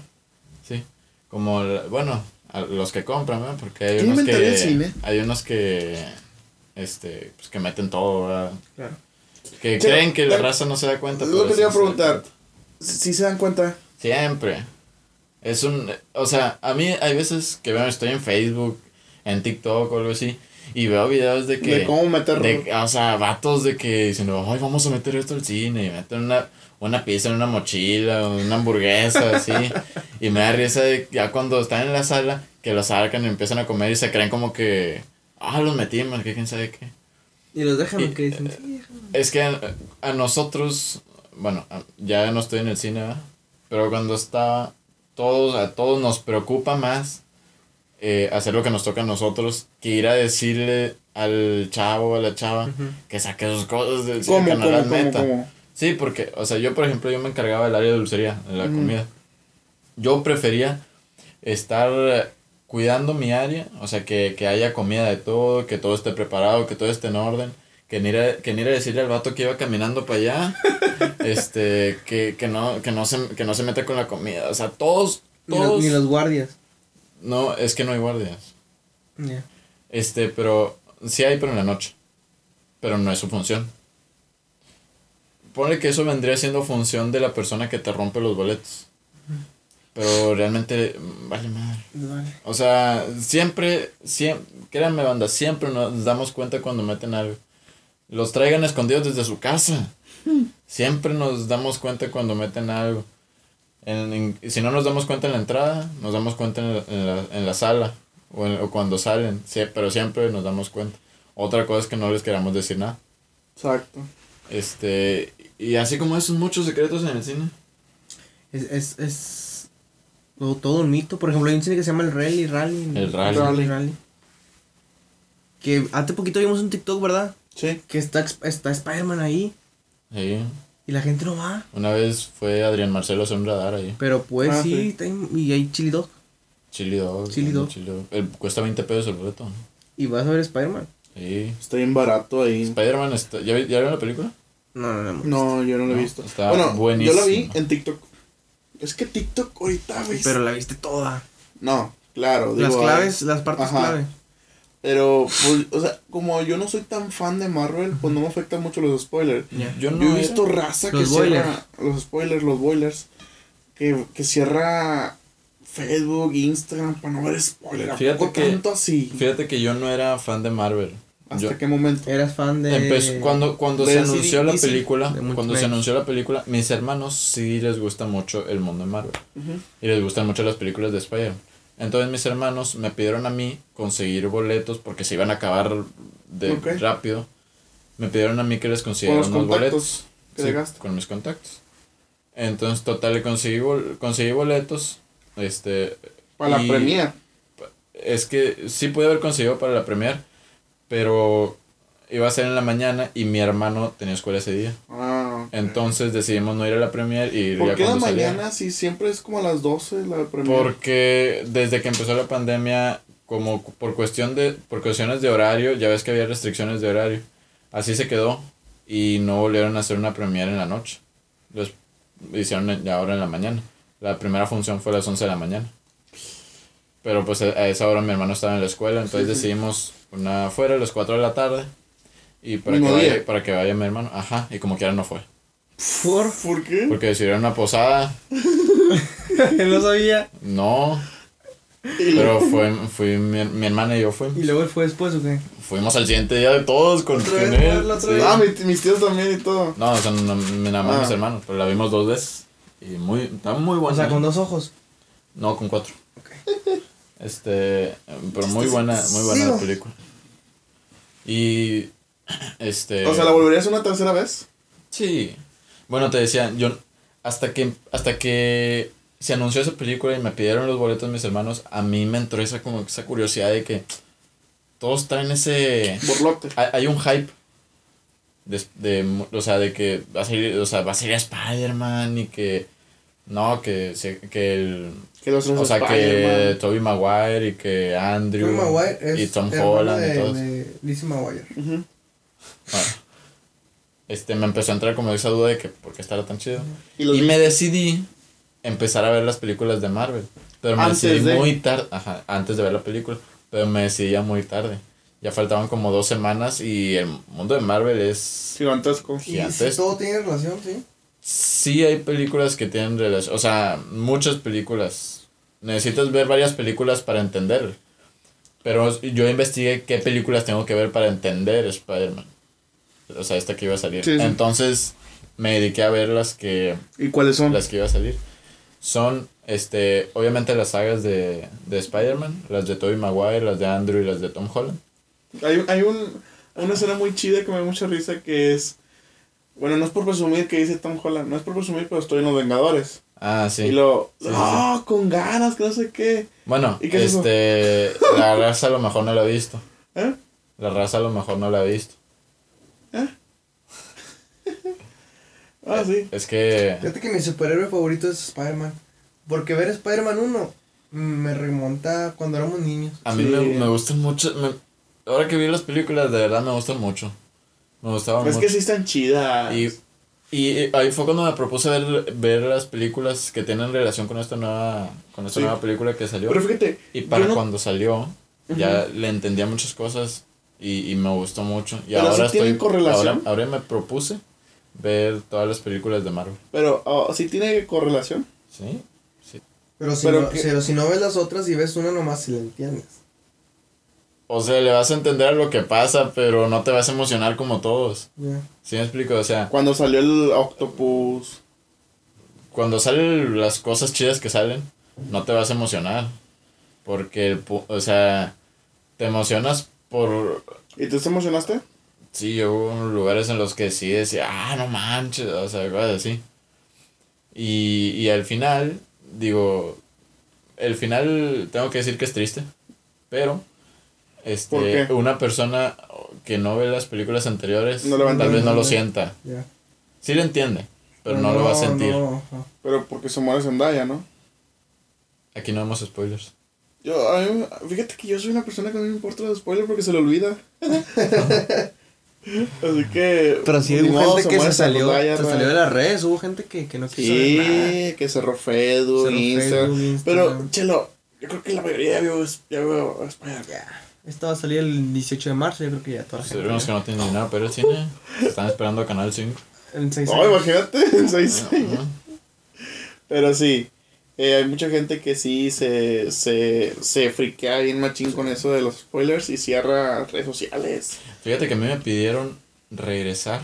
[SPEAKER 1] Sí. Como, la- bueno, a los que compran, ¿verdad? Porque hay
[SPEAKER 4] Yo
[SPEAKER 1] unos
[SPEAKER 4] inventaría el
[SPEAKER 1] que...
[SPEAKER 4] cine.
[SPEAKER 1] Hay unos que... Este, pues que meten todo, ¿verdad?
[SPEAKER 2] Claro.
[SPEAKER 1] Que
[SPEAKER 4] Pero,
[SPEAKER 1] creen que la
[SPEAKER 4] pero,
[SPEAKER 1] raza no se da cuenta.
[SPEAKER 4] es
[SPEAKER 1] pero
[SPEAKER 4] lo que te iba a
[SPEAKER 1] sí se da
[SPEAKER 4] preguntar.
[SPEAKER 1] cuenta.
[SPEAKER 4] Si si se dan cuenta.
[SPEAKER 1] Siempre. Es un. O sea, a mí hay veces que veo, estoy en Facebook, en TikTok o algo así, y veo videos de que.
[SPEAKER 4] De cómo meter.
[SPEAKER 1] de- o sea, vatos de que diciendo, ay, vamos a meter esto al cine, y meten una, una pizza en una mochila, una hamburguesa, así. Y me da risa de ya cuando están en la sala, que los sacan y empiezan a comer y se creen como que. Ah, los metimos, que quién sabe qué.
[SPEAKER 2] Y los dejan
[SPEAKER 1] Y- eh,
[SPEAKER 2] que dicen. Sí, déjame.
[SPEAKER 1] Es que a, a nosotros, bueno, a- ya no estoy en el cine, ¿verdad? pero cuando estaba, todos, a todos nos preocupa más eh, hacer lo que nos toca a nosotros que ir a decirle al chavo, a la chava,
[SPEAKER 2] Ujú.
[SPEAKER 1] que saque sus cosas del cine,
[SPEAKER 4] ¿Cómo,
[SPEAKER 1] que no
[SPEAKER 4] cómo,
[SPEAKER 1] las
[SPEAKER 4] cómo,
[SPEAKER 1] meta.
[SPEAKER 4] cómo?
[SPEAKER 1] Sí, porque, o sea, yo, por ejemplo, yo me encargaba del área de dulcería, de la
[SPEAKER 4] Ujú.
[SPEAKER 1] comida. Yo prefería estar eh, cuidando mi área, o sea, que, que haya comida de todo, que todo esté preparado, que todo esté en orden, que ni ir a, que ni ir a decirle al vato que iba caminando para allá, este, que, que, no, que, no se, que no se meta con la comida, o sea, todos,
[SPEAKER 2] Ni los,
[SPEAKER 1] todos...
[SPEAKER 2] ni los guardias.
[SPEAKER 1] No, es que no hay guardias,
[SPEAKER 2] Ya.
[SPEAKER 1] este, pero sí hay, pero en la noche, pero no es su función. Ponle que eso vendría siendo función de la persona que te rompe los boletos. Pero realmente, mm, vale madre.
[SPEAKER 2] Vale.
[SPEAKER 1] O sea, siempre, siempre, créanme banda, siempre nos damos cuenta cuando meten algo. Los traigan escondidos desde su casa. Siempre nos damos cuenta cuando meten algo. En- en- si no nos damos cuenta en la entrada, nos damos cuenta en la, en la, en la sala o, en- o cuando salen, sí, pero siempre nos damos cuenta. Otra cosa es que no les queramos decir nada.
[SPEAKER 4] Exacto.
[SPEAKER 1] Este, y así como esos muchos secretos en el cine.
[SPEAKER 2] Es. es, es todo, todo un mito. Por ejemplo, hay un cine que se llama El Rally Rally. ¿no?
[SPEAKER 1] El Rally.
[SPEAKER 2] Rally. Que hace poquito vimos un TikTok, ¿verdad?
[SPEAKER 4] Sí.
[SPEAKER 2] Que está, está Spider-Man ahí.
[SPEAKER 1] Sí.
[SPEAKER 2] Y la gente no va.
[SPEAKER 1] Una vez fue Adrián Marcelo a hacer un radar ahí.
[SPEAKER 2] Pero pues
[SPEAKER 4] Ah,
[SPEAKER 2] sí,
[SPEAKER 4] sí.
[SPEAKER 2] está ahí- y hay chili dog.
[SPEAKER 1] Chili dog.
[SPEAKER 2] Chili dog.
[SPEAKER 1] dog. El- cuesta 20 pesos el boleto. ¿no?
[SPEAKER 2] Y vas a ver Spider-Man.
[SPEAKER 1] Sí.
[SPEAKER 4] Está bien barato ahí.
[SPEAKER 1] Spider-Man está. ¿Ya, vi- ya vieron la película?
[SPEAKER 2] No, no, no.
[SPEAKER 4] No, yo no lo he
[SPEAKER 1] No,
[SPEAKER 4] visto.
[SPEAKER 1] está
[SPEAKER 4] bueno,
[SPEAKER 1] buenísimo.
[SPEAKER 4] yo lo vi en TikTok. Es que TikTok
[SPEAKER 1] Ah,
[SPEAKER 4] ahorita
[SPEAKER 1] pues.
[SPEAKER 4] ves.
[SPEAKER 2] Pero la viste toda.
[SPEAKER 4] no, claro.
[SPEAKER 2] Las
[SPEAKER 4] digo,
[SPEAKER 2] claves,
[SPEAKER 4] ah,
[SPEAKER 2] las partes
[SPEAKER 4] ajá.
[SPEAKER 2] clave.
[SPEAKER 4] Pero, pues, o sea, como yo no soy tan fan de Marvel, pues no me afectan mucho los spoilers.
[SPEAKER 2] Ya.
[SPEAKER 1] Yo no.
[SPEAKER 4] Yo
[SPEAKER 1] era-
[SPEAKER 4] he visto raza que
[SPEAKER 2] Los boilers.
[SPEAKER 4] cierra los spoilers, los boilers, que, que cierra Facebook, Instagram para no ver spoiler. ¿A
[SPEAKER 1] Fíjate
[SPEAKER 4] poco
[SPEAKER 1] que-
[SPEAKER 4] tanto así?
[SPEAKER 1] Fíjate que yo no era fan de Marvel.
[SPEAKER 4] ¿Hasta
[SPEAKER 1] Yo-
[SPEAKER 4] qué momento?
[SPEAKER 2] Eras fan de.
[SPEAKER 4] Este,
[SPEAKER 1] Empezó- cuando cuando se
[SPEAKER 4] de CD
[SPEAKER 1] anunció la
[SPEAKER 4] DC,
[SPEAKER 1] película,
[SPEAKER 2] de
[SPEAKER 1] cuando se
[SPEAKER 2] multimedia.
[SPEAKER 1] anunció la película, mis hermanos sí les gusta mucho el mundo de Marvel.
[SPEAKER 4] Ujú.
[SPEAKER 1] Y les gustan mucho las películas de Spider-Man. Entonces mis hermanos me pidieron a mí conseguir boletos porque se iban a acabar de
[SPEAKER 4] Ok.
[SPEAKER 1] rápido. Me pidieron a mí que les consiguiera
[SPEAKER 4] Con los
[SPEAKER 1] unos
[SPEAKER 4] contactos
[SPEAKER 1] boletos.
[SPEAKER 4] que
[SPEAKER 1] Sí,
[SPEAKER 4] llegaste.
[SPEAKER 1] con mis contactos. Entonces, total, le conseguí, bol- conseguí boletos. Este,
[SPEAKER 4] Para la
[SPEAKER 1] y-
[SPEAKER 4] premiere.
[SPEAKER 1] es que sí pude haber conseguido para la premier, pero iba a ser en la mañana y mi hermano tenía escuela ese día.
[SPEAKER 4] Ah, ok.
[SPEAKER 1] Entonces decidimos no ir a la premier y ir
[SPEAKER 4] ¿Por
[SPEAKER 1] ya
[SPEAKER 4] qué la
[SPEAKER 1] cuando saliera.
[SPEAKER 4] mañana si siempre es como a las 12 la premiere?
[SPEAKER 1] Porque desde que empezó la pandemia, como cu- por cuestión de, por cuestiones de horario, ya ves que había restricciones de horario. Así se quedó y no volvieron a hacer una premier en la noche. Los hicieron en- ahora en la mañana. La primera función fue a las 11 de la mañana. Pero pues a a esa hora mi hermano estaba en la escuela, entonces decidimos una afuera a las 4 de la tarde. Y para que,
[SPEAKER 4] Mismo
[SPEAKER 1] vaya,
[SPEAKER 4] día.
[SPEAKER 1] para que vaya mi hermano. Ajá, y como quiera no fue.
[SPEAKER 3] Por.
[SPEAKER 4] ¿Por qué?
[SPEAKER 1] Porque decidieron una posada.
[SPEAKER 3] no sabía.
[SPEAKER 1] No, pero fue, fui mi, mi hermana y yo fuimos.
[SPEAKER 3] ¿Y luego él fue después o qué?
[SPEAKER 1] Fuimos al siguiente día de todos con
[SPEAKER 3] Otra vez,
[SPEAKER 1] con él,
[SPEAKER 3] verla otra
[SPEAKER 1] sí.
[SPEAKER 3] vez.
[SPEAKER 4] Ah, mi- mis tíos también y todo.
[SPEAKER 1] No, o sea, no, no, nada más
[SPEAKER 4] Ah.
[SPEAKER 1] mis hermanos, pero la vimos dos veces. Y muy, estaba muy buena.
[SPEAKER 3] O sea,
[SPEAKER 1] ¿eh?
[SPEAKER 3] con dos ojos.
[SPEAKER 1] No, con cuatro. Este, pero muy buena, muy buena
[SPEAKER 4] Digo.
[SPEAKER 1] película. Y, este...
[SPEAKER 4] O sea, ¿la volverías una tercera vez?
[SPEAKER 1] Sí. Bueno, te decía, yo hasta que hasta que se anunció esa película y me pidieron los boletos mis hermanos, a mí me entró esa como esa curiosidad de que todos traen ese
[SPEAKER 4] Borlote.
[SPEAKER 1] hay, hay un hype de, de mu- o sea, de que va a salir, o sea, va a salir Spider-Man y que no, que se- que el
[SPEAKER 4] Que los
[SPEAKER 1] o sea, que Tobey Maguire y que Andrew
[SPEAKER 3] Tom Maguire es
[SPEAKER 1] y Tom
[SPEAKER 3] hermano
[SPEAKER 1] Holland
[SPEAKER 3] de,
[SPEAKER 1] y todos.
[SPEAKER 3] de Lizzie Maguire.
[SPEAKER 4] Ujú.
[SPEAKER 1] Bueno, este, me empezó a entrar como esa duda de que por qué estará tan chido.
[SPEAKER 4] Y los
[SPEAKER 1] Y
[SPEAKER 4] vi-
[SPEAKER 1] me decidí empezar a ver las películas de Marvel. Pero me
[SPEAKER 4] Antes
[SPEAKER 1] decidí
[SPEAKER 4] de-
[SPEAKER 1] muy tarde, ajá, antes de ver la película. Pero me decidí ya muy tarde. Ya faltaban como dos semanas y el mundo de Marvel es
[SPEAKER 4] Gigantesco.
[SPEAKER 3] Y si
[SPEAKER 1] gigantesco.
[SPEAKER 3] todo tiene relación, sí.
[SPEAKER 1] Sí hay películas que tienen relación, o sea, muchas películas. Necesitas ver varias películas para entender. Pero yo investigué qué películas tengo que ver para entender Spider-Man. O sea, esta que iba a salir.
[SPEAKER 4] Sí, sí.
[SPEAKER 1] Entonces me dediqué a ver las que
[SPEAKER 4] ¿Y cuáles son?
[SPEAKER 1] las que iba a salir. Son, este, obviamente las sagas de, de Spider-Man, las de Tobey Maguire, las de Andrew y las de Tom Holland.
[SPEAKER 4] Hay, un- hay un, una escena muy chida que me da mucha risa que es... Bueno, no es por presumir que dice Tom Holland, no es por presumir, pero estoy en los Vengadores.
[SPEAKER 1] Ah, sí.
[SPEAKER 4] Y lo...
[SPEAKER 1] Sí, sí, sí.
[SPEAKER 4] ¡Ah, con ganas! Que no sé qué.
[SPEAKER 1] bueno,
[SPEAKER 4] ¿Y qué es eso?
[SPEAKER 1] este, la raza a lo mejor no la ha visto.
[SPEAKER 4] ¿Eh?
[SPEAKER 1] La raza a lo mejor no la ha visto.
[SPEAKER 4] Ah, sí.
[SPEAKER 1] Es que,
[SPEAKER 3] Fíjate que mi superhéroe favorito es Spider-Man. Porque ver Spider-Man 1 me remonta a cuando éramos niños.
[SPEAKER 1] a mí
[SPEAKER 4] Sí.
[SPEAKER 1] me, me gustan mucho, me- ahora que vi las películas, de verdad me gustan mucho. Me gustaban
[SPEAKER 4] Es
[SPEAKER 1] mucho.
[SPEAKER 4] que sí están chidas.
[SPEAKER 1] Y, y eh, ahí fue cuando me propuse ver, ver las películas que tienen relación con esta nueva, con esta
[SPEAKER 4] Sí.
[SPEAKER 1] nueva película que salió.
[SPEAKER 4] Pero fíjate,
[SPEAKER 1] Y para
[SPEAKER 4] yo no-
[SPEAKER 1] cuando salió, ya le entendía muchas cosas y, y me gustó mucho. Y
[SPEAKER 4] Pero
[SPEAKER 1] ahora
[SPEAKER 4] sí tienen
[SPEAKER 1] estoy.
[SPEAKER 4] correlación.
[SPEAKER 1] Ahora, ahora me propuse ver todas las películas de Marvel.
[SPEAKER 4] pero oh, sí tiene correlación.
[SPEAKER 1] ¿Sí?
[SPEAKER 3] Pero si,
[SPEAKER 4] Pero
[SPEAKER 3] no,
[SPEAKER 4] que-
[SPEAKER 3] pero si no ves las otras y ves una nomás, si la entiendes.
[SPEAKER 1] O sea, le vas a entender lo que pasa, pero no te vas a emocionar como todos.
[SPEAKER 3] Ya.
[SPEAKER 1] ¿Sí me explico? O sea,
[SPEAKER 4] Cuando salió el Octopus.
[SPEAKER 1] cuando salen las cosas chidas que salen, no te vas a emocionar. Porque, el pu- o sea, te emocionas por
[SPEAKER 4] ¿Y tú te emocionaste?
[SPEAKER 1] Sí, yo hubo lugares en los que sí decía, ah, no manches, o sea, cosas así. Y, y al final, digo, el final tengo que decir que es triste, pero
[SPEAKER 4] ¿Por
[SPEAKER 1] este,
[SPEAKER 4] qué?
[SPEAKER 1] una persona que no ve las películas anteriores
[SPEAKER 4] No lo va a
[SPEAKER 1] tal vez no
[SPEAKER 3] entender.
[SPEAKER 1] lo sienta.
[SPEAKER 3] ya.
[SPEAKER 1] Sí lo entiende, pero no, lo va a sentir.
[SPEAKER 3] no, ajá.
[SPEAKER 4] Pero porque se muere Zendaya, ¿no?
[SPEAKER 1] Aquí no vemos spoilers.
[SPEAKER 4] Yo, a mí- fíjate que yo soy una persona que no me importa los spoilers porque se lo olvida. Así que.
[SPEAKER 2] Pero sí
[SPEAKER 4] ni
[SPEAKER 2] hubo
[SPEAKER 4] modo,
[SPEAKER 2] gente que se
[SPEAKER 4] muere
[SPEAKER 2] salió,
[SPEAKER 4] Zendaya,
[SPEAKER 2] se
[SPEAKER 4] ¿no?
[SPEAKER 2] salió de las redes, hubo gente que, que no quiso ver nada.
[SPEAKER 4] Sí, que cerró Facebook,
[SPEAKER 2] Cerró
[SPEAKER 4] Instagram.
[SPEAKER 2] Facebook, Instagram.
[SPEAKER 4] Pero, chelo, yo creo que la mayoría ya vio, ya vio Spider-Man.
[SPEAKER 2] Ya. Esta va a salir el 18 de marzo, yo creo que ya toda la gente.
[SPEAKER 1] Sabemos que
[SPEAKER 2] ya.
[SPEAKER 1] no tienen dinero, pero el cine están esperando a Canal Ah, 5.
[SPEAKER 2] En seis
[SPEAKER 4] No,
[SPEAKER 2] años.
[SPEAKER 4] imagínate, en seis años.
[SPEAKER 1] Ajá.
[SPEAKER 4] Pero sí, Eh, hay mucha gente que sí se, se, se friquea bien machín con eso de los spoilers y cierra redes sociales.
[SPEAKER 1] Fíjate que a mí me pidieron regresar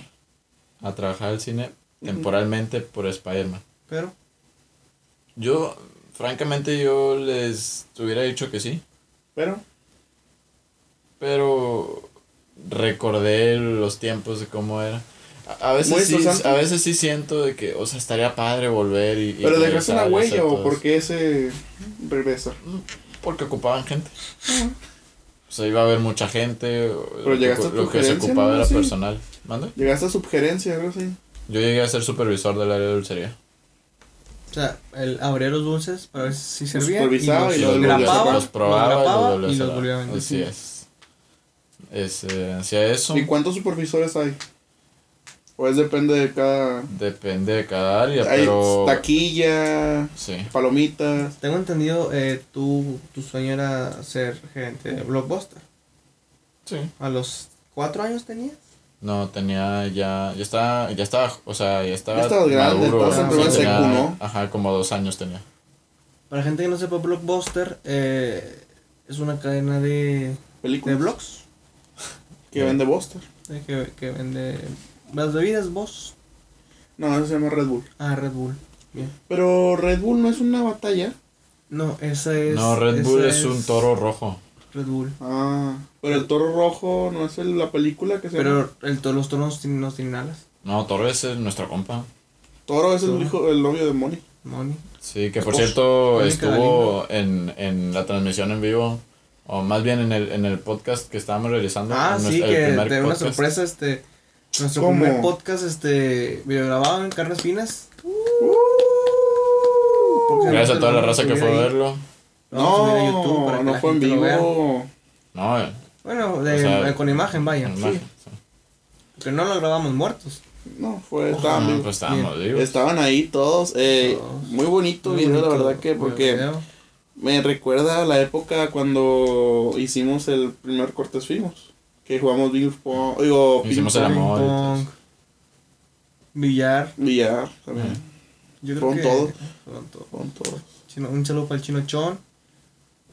[SPEAKER 1] a trabajar al cine temporalmente por Spider-Man.
[SPEAKER 3] Pero,
[SPEAKER 1] Yo, francamente, yo les hubiera dicho que sí,
[SPEAKER 4] Pero,
[SPEAKER 1] pero recordé los tiempos de cómo era. A a
[SPEAKER 4] Muy
[SPEAKER 1] veces, sí,
[SPEAKER 4] estresante.
[SPEAKER 1] a veces sí siento de que, o sea, estaría padre volver y... y
[SPEAKER 4] pero dejaste
[SPEAKER 1] regresarles
[SPEAKER 4] una
[SPEAKER 1] a
[SPEAKER 4] huella o
[SPEAKER 1] todos.
[SPEAKER 4] por qué ese regreso.
[SPEAKER 1] Porque ocupaban gente. O sea, iba a haber mucha gente. o-
[SPEAKER 4] Pero
[SPEAKER 1] lo que-
[SPEAKER 4] llegaste a tu
[SPEAKER 1] Lo que se
[SPEAKER 4] gerencia,
[SPEAKER 1] ocupaba
[SPEAKER 4] ¿no?
[SPEAKER 1] era
[SPEAKER 4] Sí.
[SPEAKER 1] personal. ¿Mande?
[SPEAKER 4] Llegaste a subgerencia, algo así.
[SPEAKER 1] Yo llegué a ser supervisor del área de dulcería.
[SPEAKER 2] O sea, el abría los dulces para ver si
[SPEAKER 4] Los
[SPEAKER 2] servían. Y
[SPEAKER 4] supervisaba
[SPEAKER 2] los,
[SPEAKER 4] y los
[SPEAKER 1] volvía a-
[SPEAKER 2] grapaba,
[SPEAKER 4] los
[SPEAKER 2] los
[SPEAKER 1] probaba
[SPEAKER 2] grapaba
[SPEAKER 1] volvía a
[SPEAKER 2] y los
[SPEAKER 1] cerrar.
[SPEAKER 2] volvía a vender.
[SPEAKER 1] Así es. es eh, hacía eso.
[SPEAKER 4] ¿Y cuántos supervisores hay? O es depende de cada.
[SPEAKER 1] Depende de cada área,
[SPEAKER 4] hay
[SPEAKER 1] pero.
[SPEAKER 4] taquilla,
[SPEAKER 1] Sí.
[SPEAKER 4] palomitas.
[SPEAKER 2] Tengo entendido, eh, tú, tu sueño era ser gerente de Blockbuster.
[SPEAKER 1] Sí.
[SPEAKER 2] ¿A los cuatro años tenías?
[SPEAKER 1] No, tenía ya. Ya estaba. Ya estaba. O sea, ya estaba.
[SPEAKER 4] Ya estabas grande,
[SPEAKER 1] maduro,
[SPEAKER 2] estabas en
[SPEAKER 1] o
[SPEAKER 2] primer
[SPEAKER 1] sea, tenía-
[SPEAKER 4] secu, ¿no?
[SPEAKER 1] Ajá, como dos años tenía.
[SPEAKER 2] Para gente que no sepa, Blockbuster eh, es una cadena de, de
[SPEAKER 4] Películas.
[SPEAKER 2] blogs
[SPEAKER 4] Que vende Buster.
[SPEAKER 2] eh, que, que vende las bebidas vos
[SPEAKER 4] No, eso se llama Red Bull.
[SPEAKER 2] a Red Bull. Bien.
[SPEAKER 4] Pero Red Bull no es una batalla.
[SPEAKER 2] No, esa es.
[SPEAKER 1] no, Red
[SPEAKER 2] esa
[SPEAKER 1] Bull es un toro rojo.
[SPEAKER 2] Red Bull.
[SPEAKER 4] Ah. Pero el toro rojo no es el- la película que se llama.
[SPEAKER 2] Pero el, to- los toros tienen- no tienen alas.
[SPEAKER 1] No, toro es eh, nuestro compa.
[SPEAKER 4] Toro es el
[SPEAKER 2] Toro.
[SPEAKER 4] hijo, el novio de Moni.
[SPEAKER 2] Money.
[SPEAKER 1] Sí, que por
[SPEAKER 4] Esposo.
[SPEAKER 1] cierto
[SPEAKER 2] Mónica
[SPEAKER 1] estuvo en, en la transmisión en vivo, o más bien en el, en el podcast que estábamos realizando.
[SPEAKER 2] Ah,
[SPEAKER 1] en
[SPEAKER 2] sí,
[SPEAKER 1] nuestro- el
[SPEAKER 2] que
[SPEAKER 1] primer
[SPEAKER 2] te una
[SPEAKER 1] podcast.
[SPEAKER 2] sorpresa, este. Nuestro
[SPEAKER 4] ¿Cómo?
[SPEAKER 2] primer podcast, este, videograbado en carnes finas. Uh. Porque
[SPEAKER 1] Gracias a toda la raza que fue a
[SPEAKER 2] subir ahí.
[SPEAKER 1] verlo.
[SPEAKER 2] Lo vamos a subir a
[SPEAKER 4] No,
[SPEAKER 2] YouTube para que
[SPEAKER 4] no
[SPEAKER 2] la
[SPEAKER 4] fue en
[SPEAKER 2] gente lo vea.
[SPEAKER 4] vivo.
[SPEAKER 1] No, eh,
[SPEAKER 2] Bueno, de-
[SPEAKER 1] O sea,
[SPEAKER 2] eh, con imagen, vaya.
[SPEAKER 1] en
[SPEAKER 2] sí.
[SPEAKER 1] imagen, sí.
[SPEAKER 2] Porque no lo grabamos muertos.
[SPEAKER 4] No, fue.
[SPEAKER 1] Ah,
[SPEAKER 4] estaban vivos.
[SPEAKER 1] pues estábamos vivos.
[SPEAKER 4] Estaban ahí todos. eh,
[SPEAKER 2] Todos.
[SPEAKER 4] Muy bonito
[SPEAKER 2] Muy
[SPEAKER 4] video, la
[SPEAKER 2] bonito
[SPEAKER 4] verdad que porque
[SPEAKER 2] video.
[SPEAKER 4] me recuerda a la época cuando hicimos el primer Cortes Fimos. Que jugamos Bing Pong. Digo,
[SPEAKER 1] Hicimos
[SPEAKER 4] ping
[SPEAKER 1] el
[SPEAKER 4] pong,
[SPEAKER 1] amor.
[SPEAKER 2] Ping
[SPEAKER 1] ahorita,
[SPEAKER 2] pong, billar.
[SPEAKER 4] Billar también.
[SPEAKER 1] Ajá.
[SPEAKER 2] Yo creo
[SPEAKER 4] Fueron
[SPEAKER 2] que.
[SPEAKER 4] todos.
[SPEAKER 2] fueron todos.
[SPEAKER 4] Con todos.
[SPEAKER 2] Chino- un saludo para el chino Chon.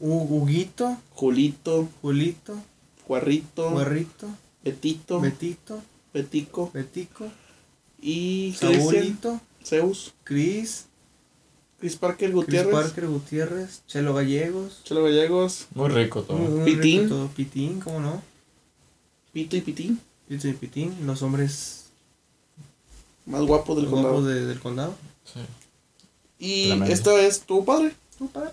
[SPEAKER 2] Hu- Huguito,
[SPEAKER 4] Julito,
[SPEAKER 2] Julito,
[SPEAKER 4] Juarrito,
[SPEAKER 2] Guerrito,
[SPEAKER 4] Petito,
[SPEAKER 2] Betito,
[SPEAKER 4] Petico
[SPEAKER 2] Betico,
[SPEAKER 4] y Cristian,
[SPEAKER 2] Saúlito,
[SPEAKER 4] Zeus,
[SPEAKER 2] Cris,
[SPEAKER 4] Chris Parker
[SPEAKER 2] Chris
[SPEAKER 4] Gutiérrez,
[SPEAKER 2] Parker Gutiérrez, Chelo Gallegos,
[SPEAKER 4] Chelo Gallegos,
[SPEAKER 1] Muy rico todo.
[SPEAKER 2] un- un
[SPEAKER 4] Pitín.
[SPEAKER 2] rico todo. Pitín, ¿cómo no?
[SPEAKER 4] Pito y Pitín,
[SPEAKER 2] Pito y Pitín, los hombres
[SPEAKER 4] más guapos del
[SPEAKER 2] guapos
[SPEAKER 4] condado.
[SPEAKER 2] de- del condado.
[SPEAKER 1] Sí.
[SPEAKER 4] Y
[SPEAKER 1] Tremendo.
[SPEAKER 4] esta es tu padre,
[SPEAKER 2] No, padre.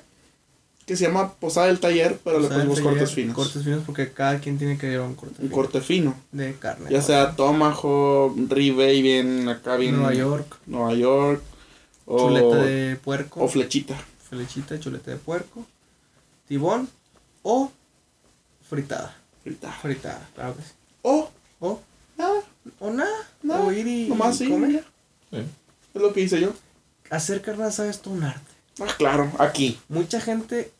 [SPEAKER 4] que se llama Posada del Taller, pero le
[SPEAKER 2] O sea,
[SPEAKER 4] pusimos
[SPEAKER 2] entre
[SPEAKER 4] cortes
[SPEAKER 2] ya-
[SPEAKER 4] finos.
[SPEAKER 2] Cortes finos porque cada quien tiene que llevar un corte
[SPEAKER 4] Un
[SPEAKER 2] fino
[SPEAKER 4] corte fino.
[SPEAKER 2] de carne.
[SPEAKER 4] Ya sea Tomahawk, Ribeye, bien acá, bien.
[SPEAKER 2] Nueva York,
[SPEAKER 4] Nueva York, O,
[SPEAKER 2] chuleta de puerco.
[SPEAKER 4] o flechita.
[SPEAKER 2] flechita, chuleta de puerco, tibón o fritada.
[SPEAKER 4] Ahorita.
[SPEAKER 2] Fritada, claro que sí.
[SPEAKER 4] O
[SPEAKER 2] O,
[SPEAKER 4] nada,
[SPEAKER 2] o nada,
[SPEAKER 4] nada.
[SPEAKER 2] o ir y,
[SPEAKER 4] nomás
[SPEAKER 2] y
[SPEAKER 4] sí,
[SPEAKER 2] comer.
[SPEAKER 4] mira,
[SPEAKER 1] Sí.
[SPEAKER 4] Es lo que hice yo.
[SPEAKER 2] Hacer carne asada es todo un arte.
[SPEAKER 4] Ah, claro, aquí.
[SPEAKER 2] Mucha gente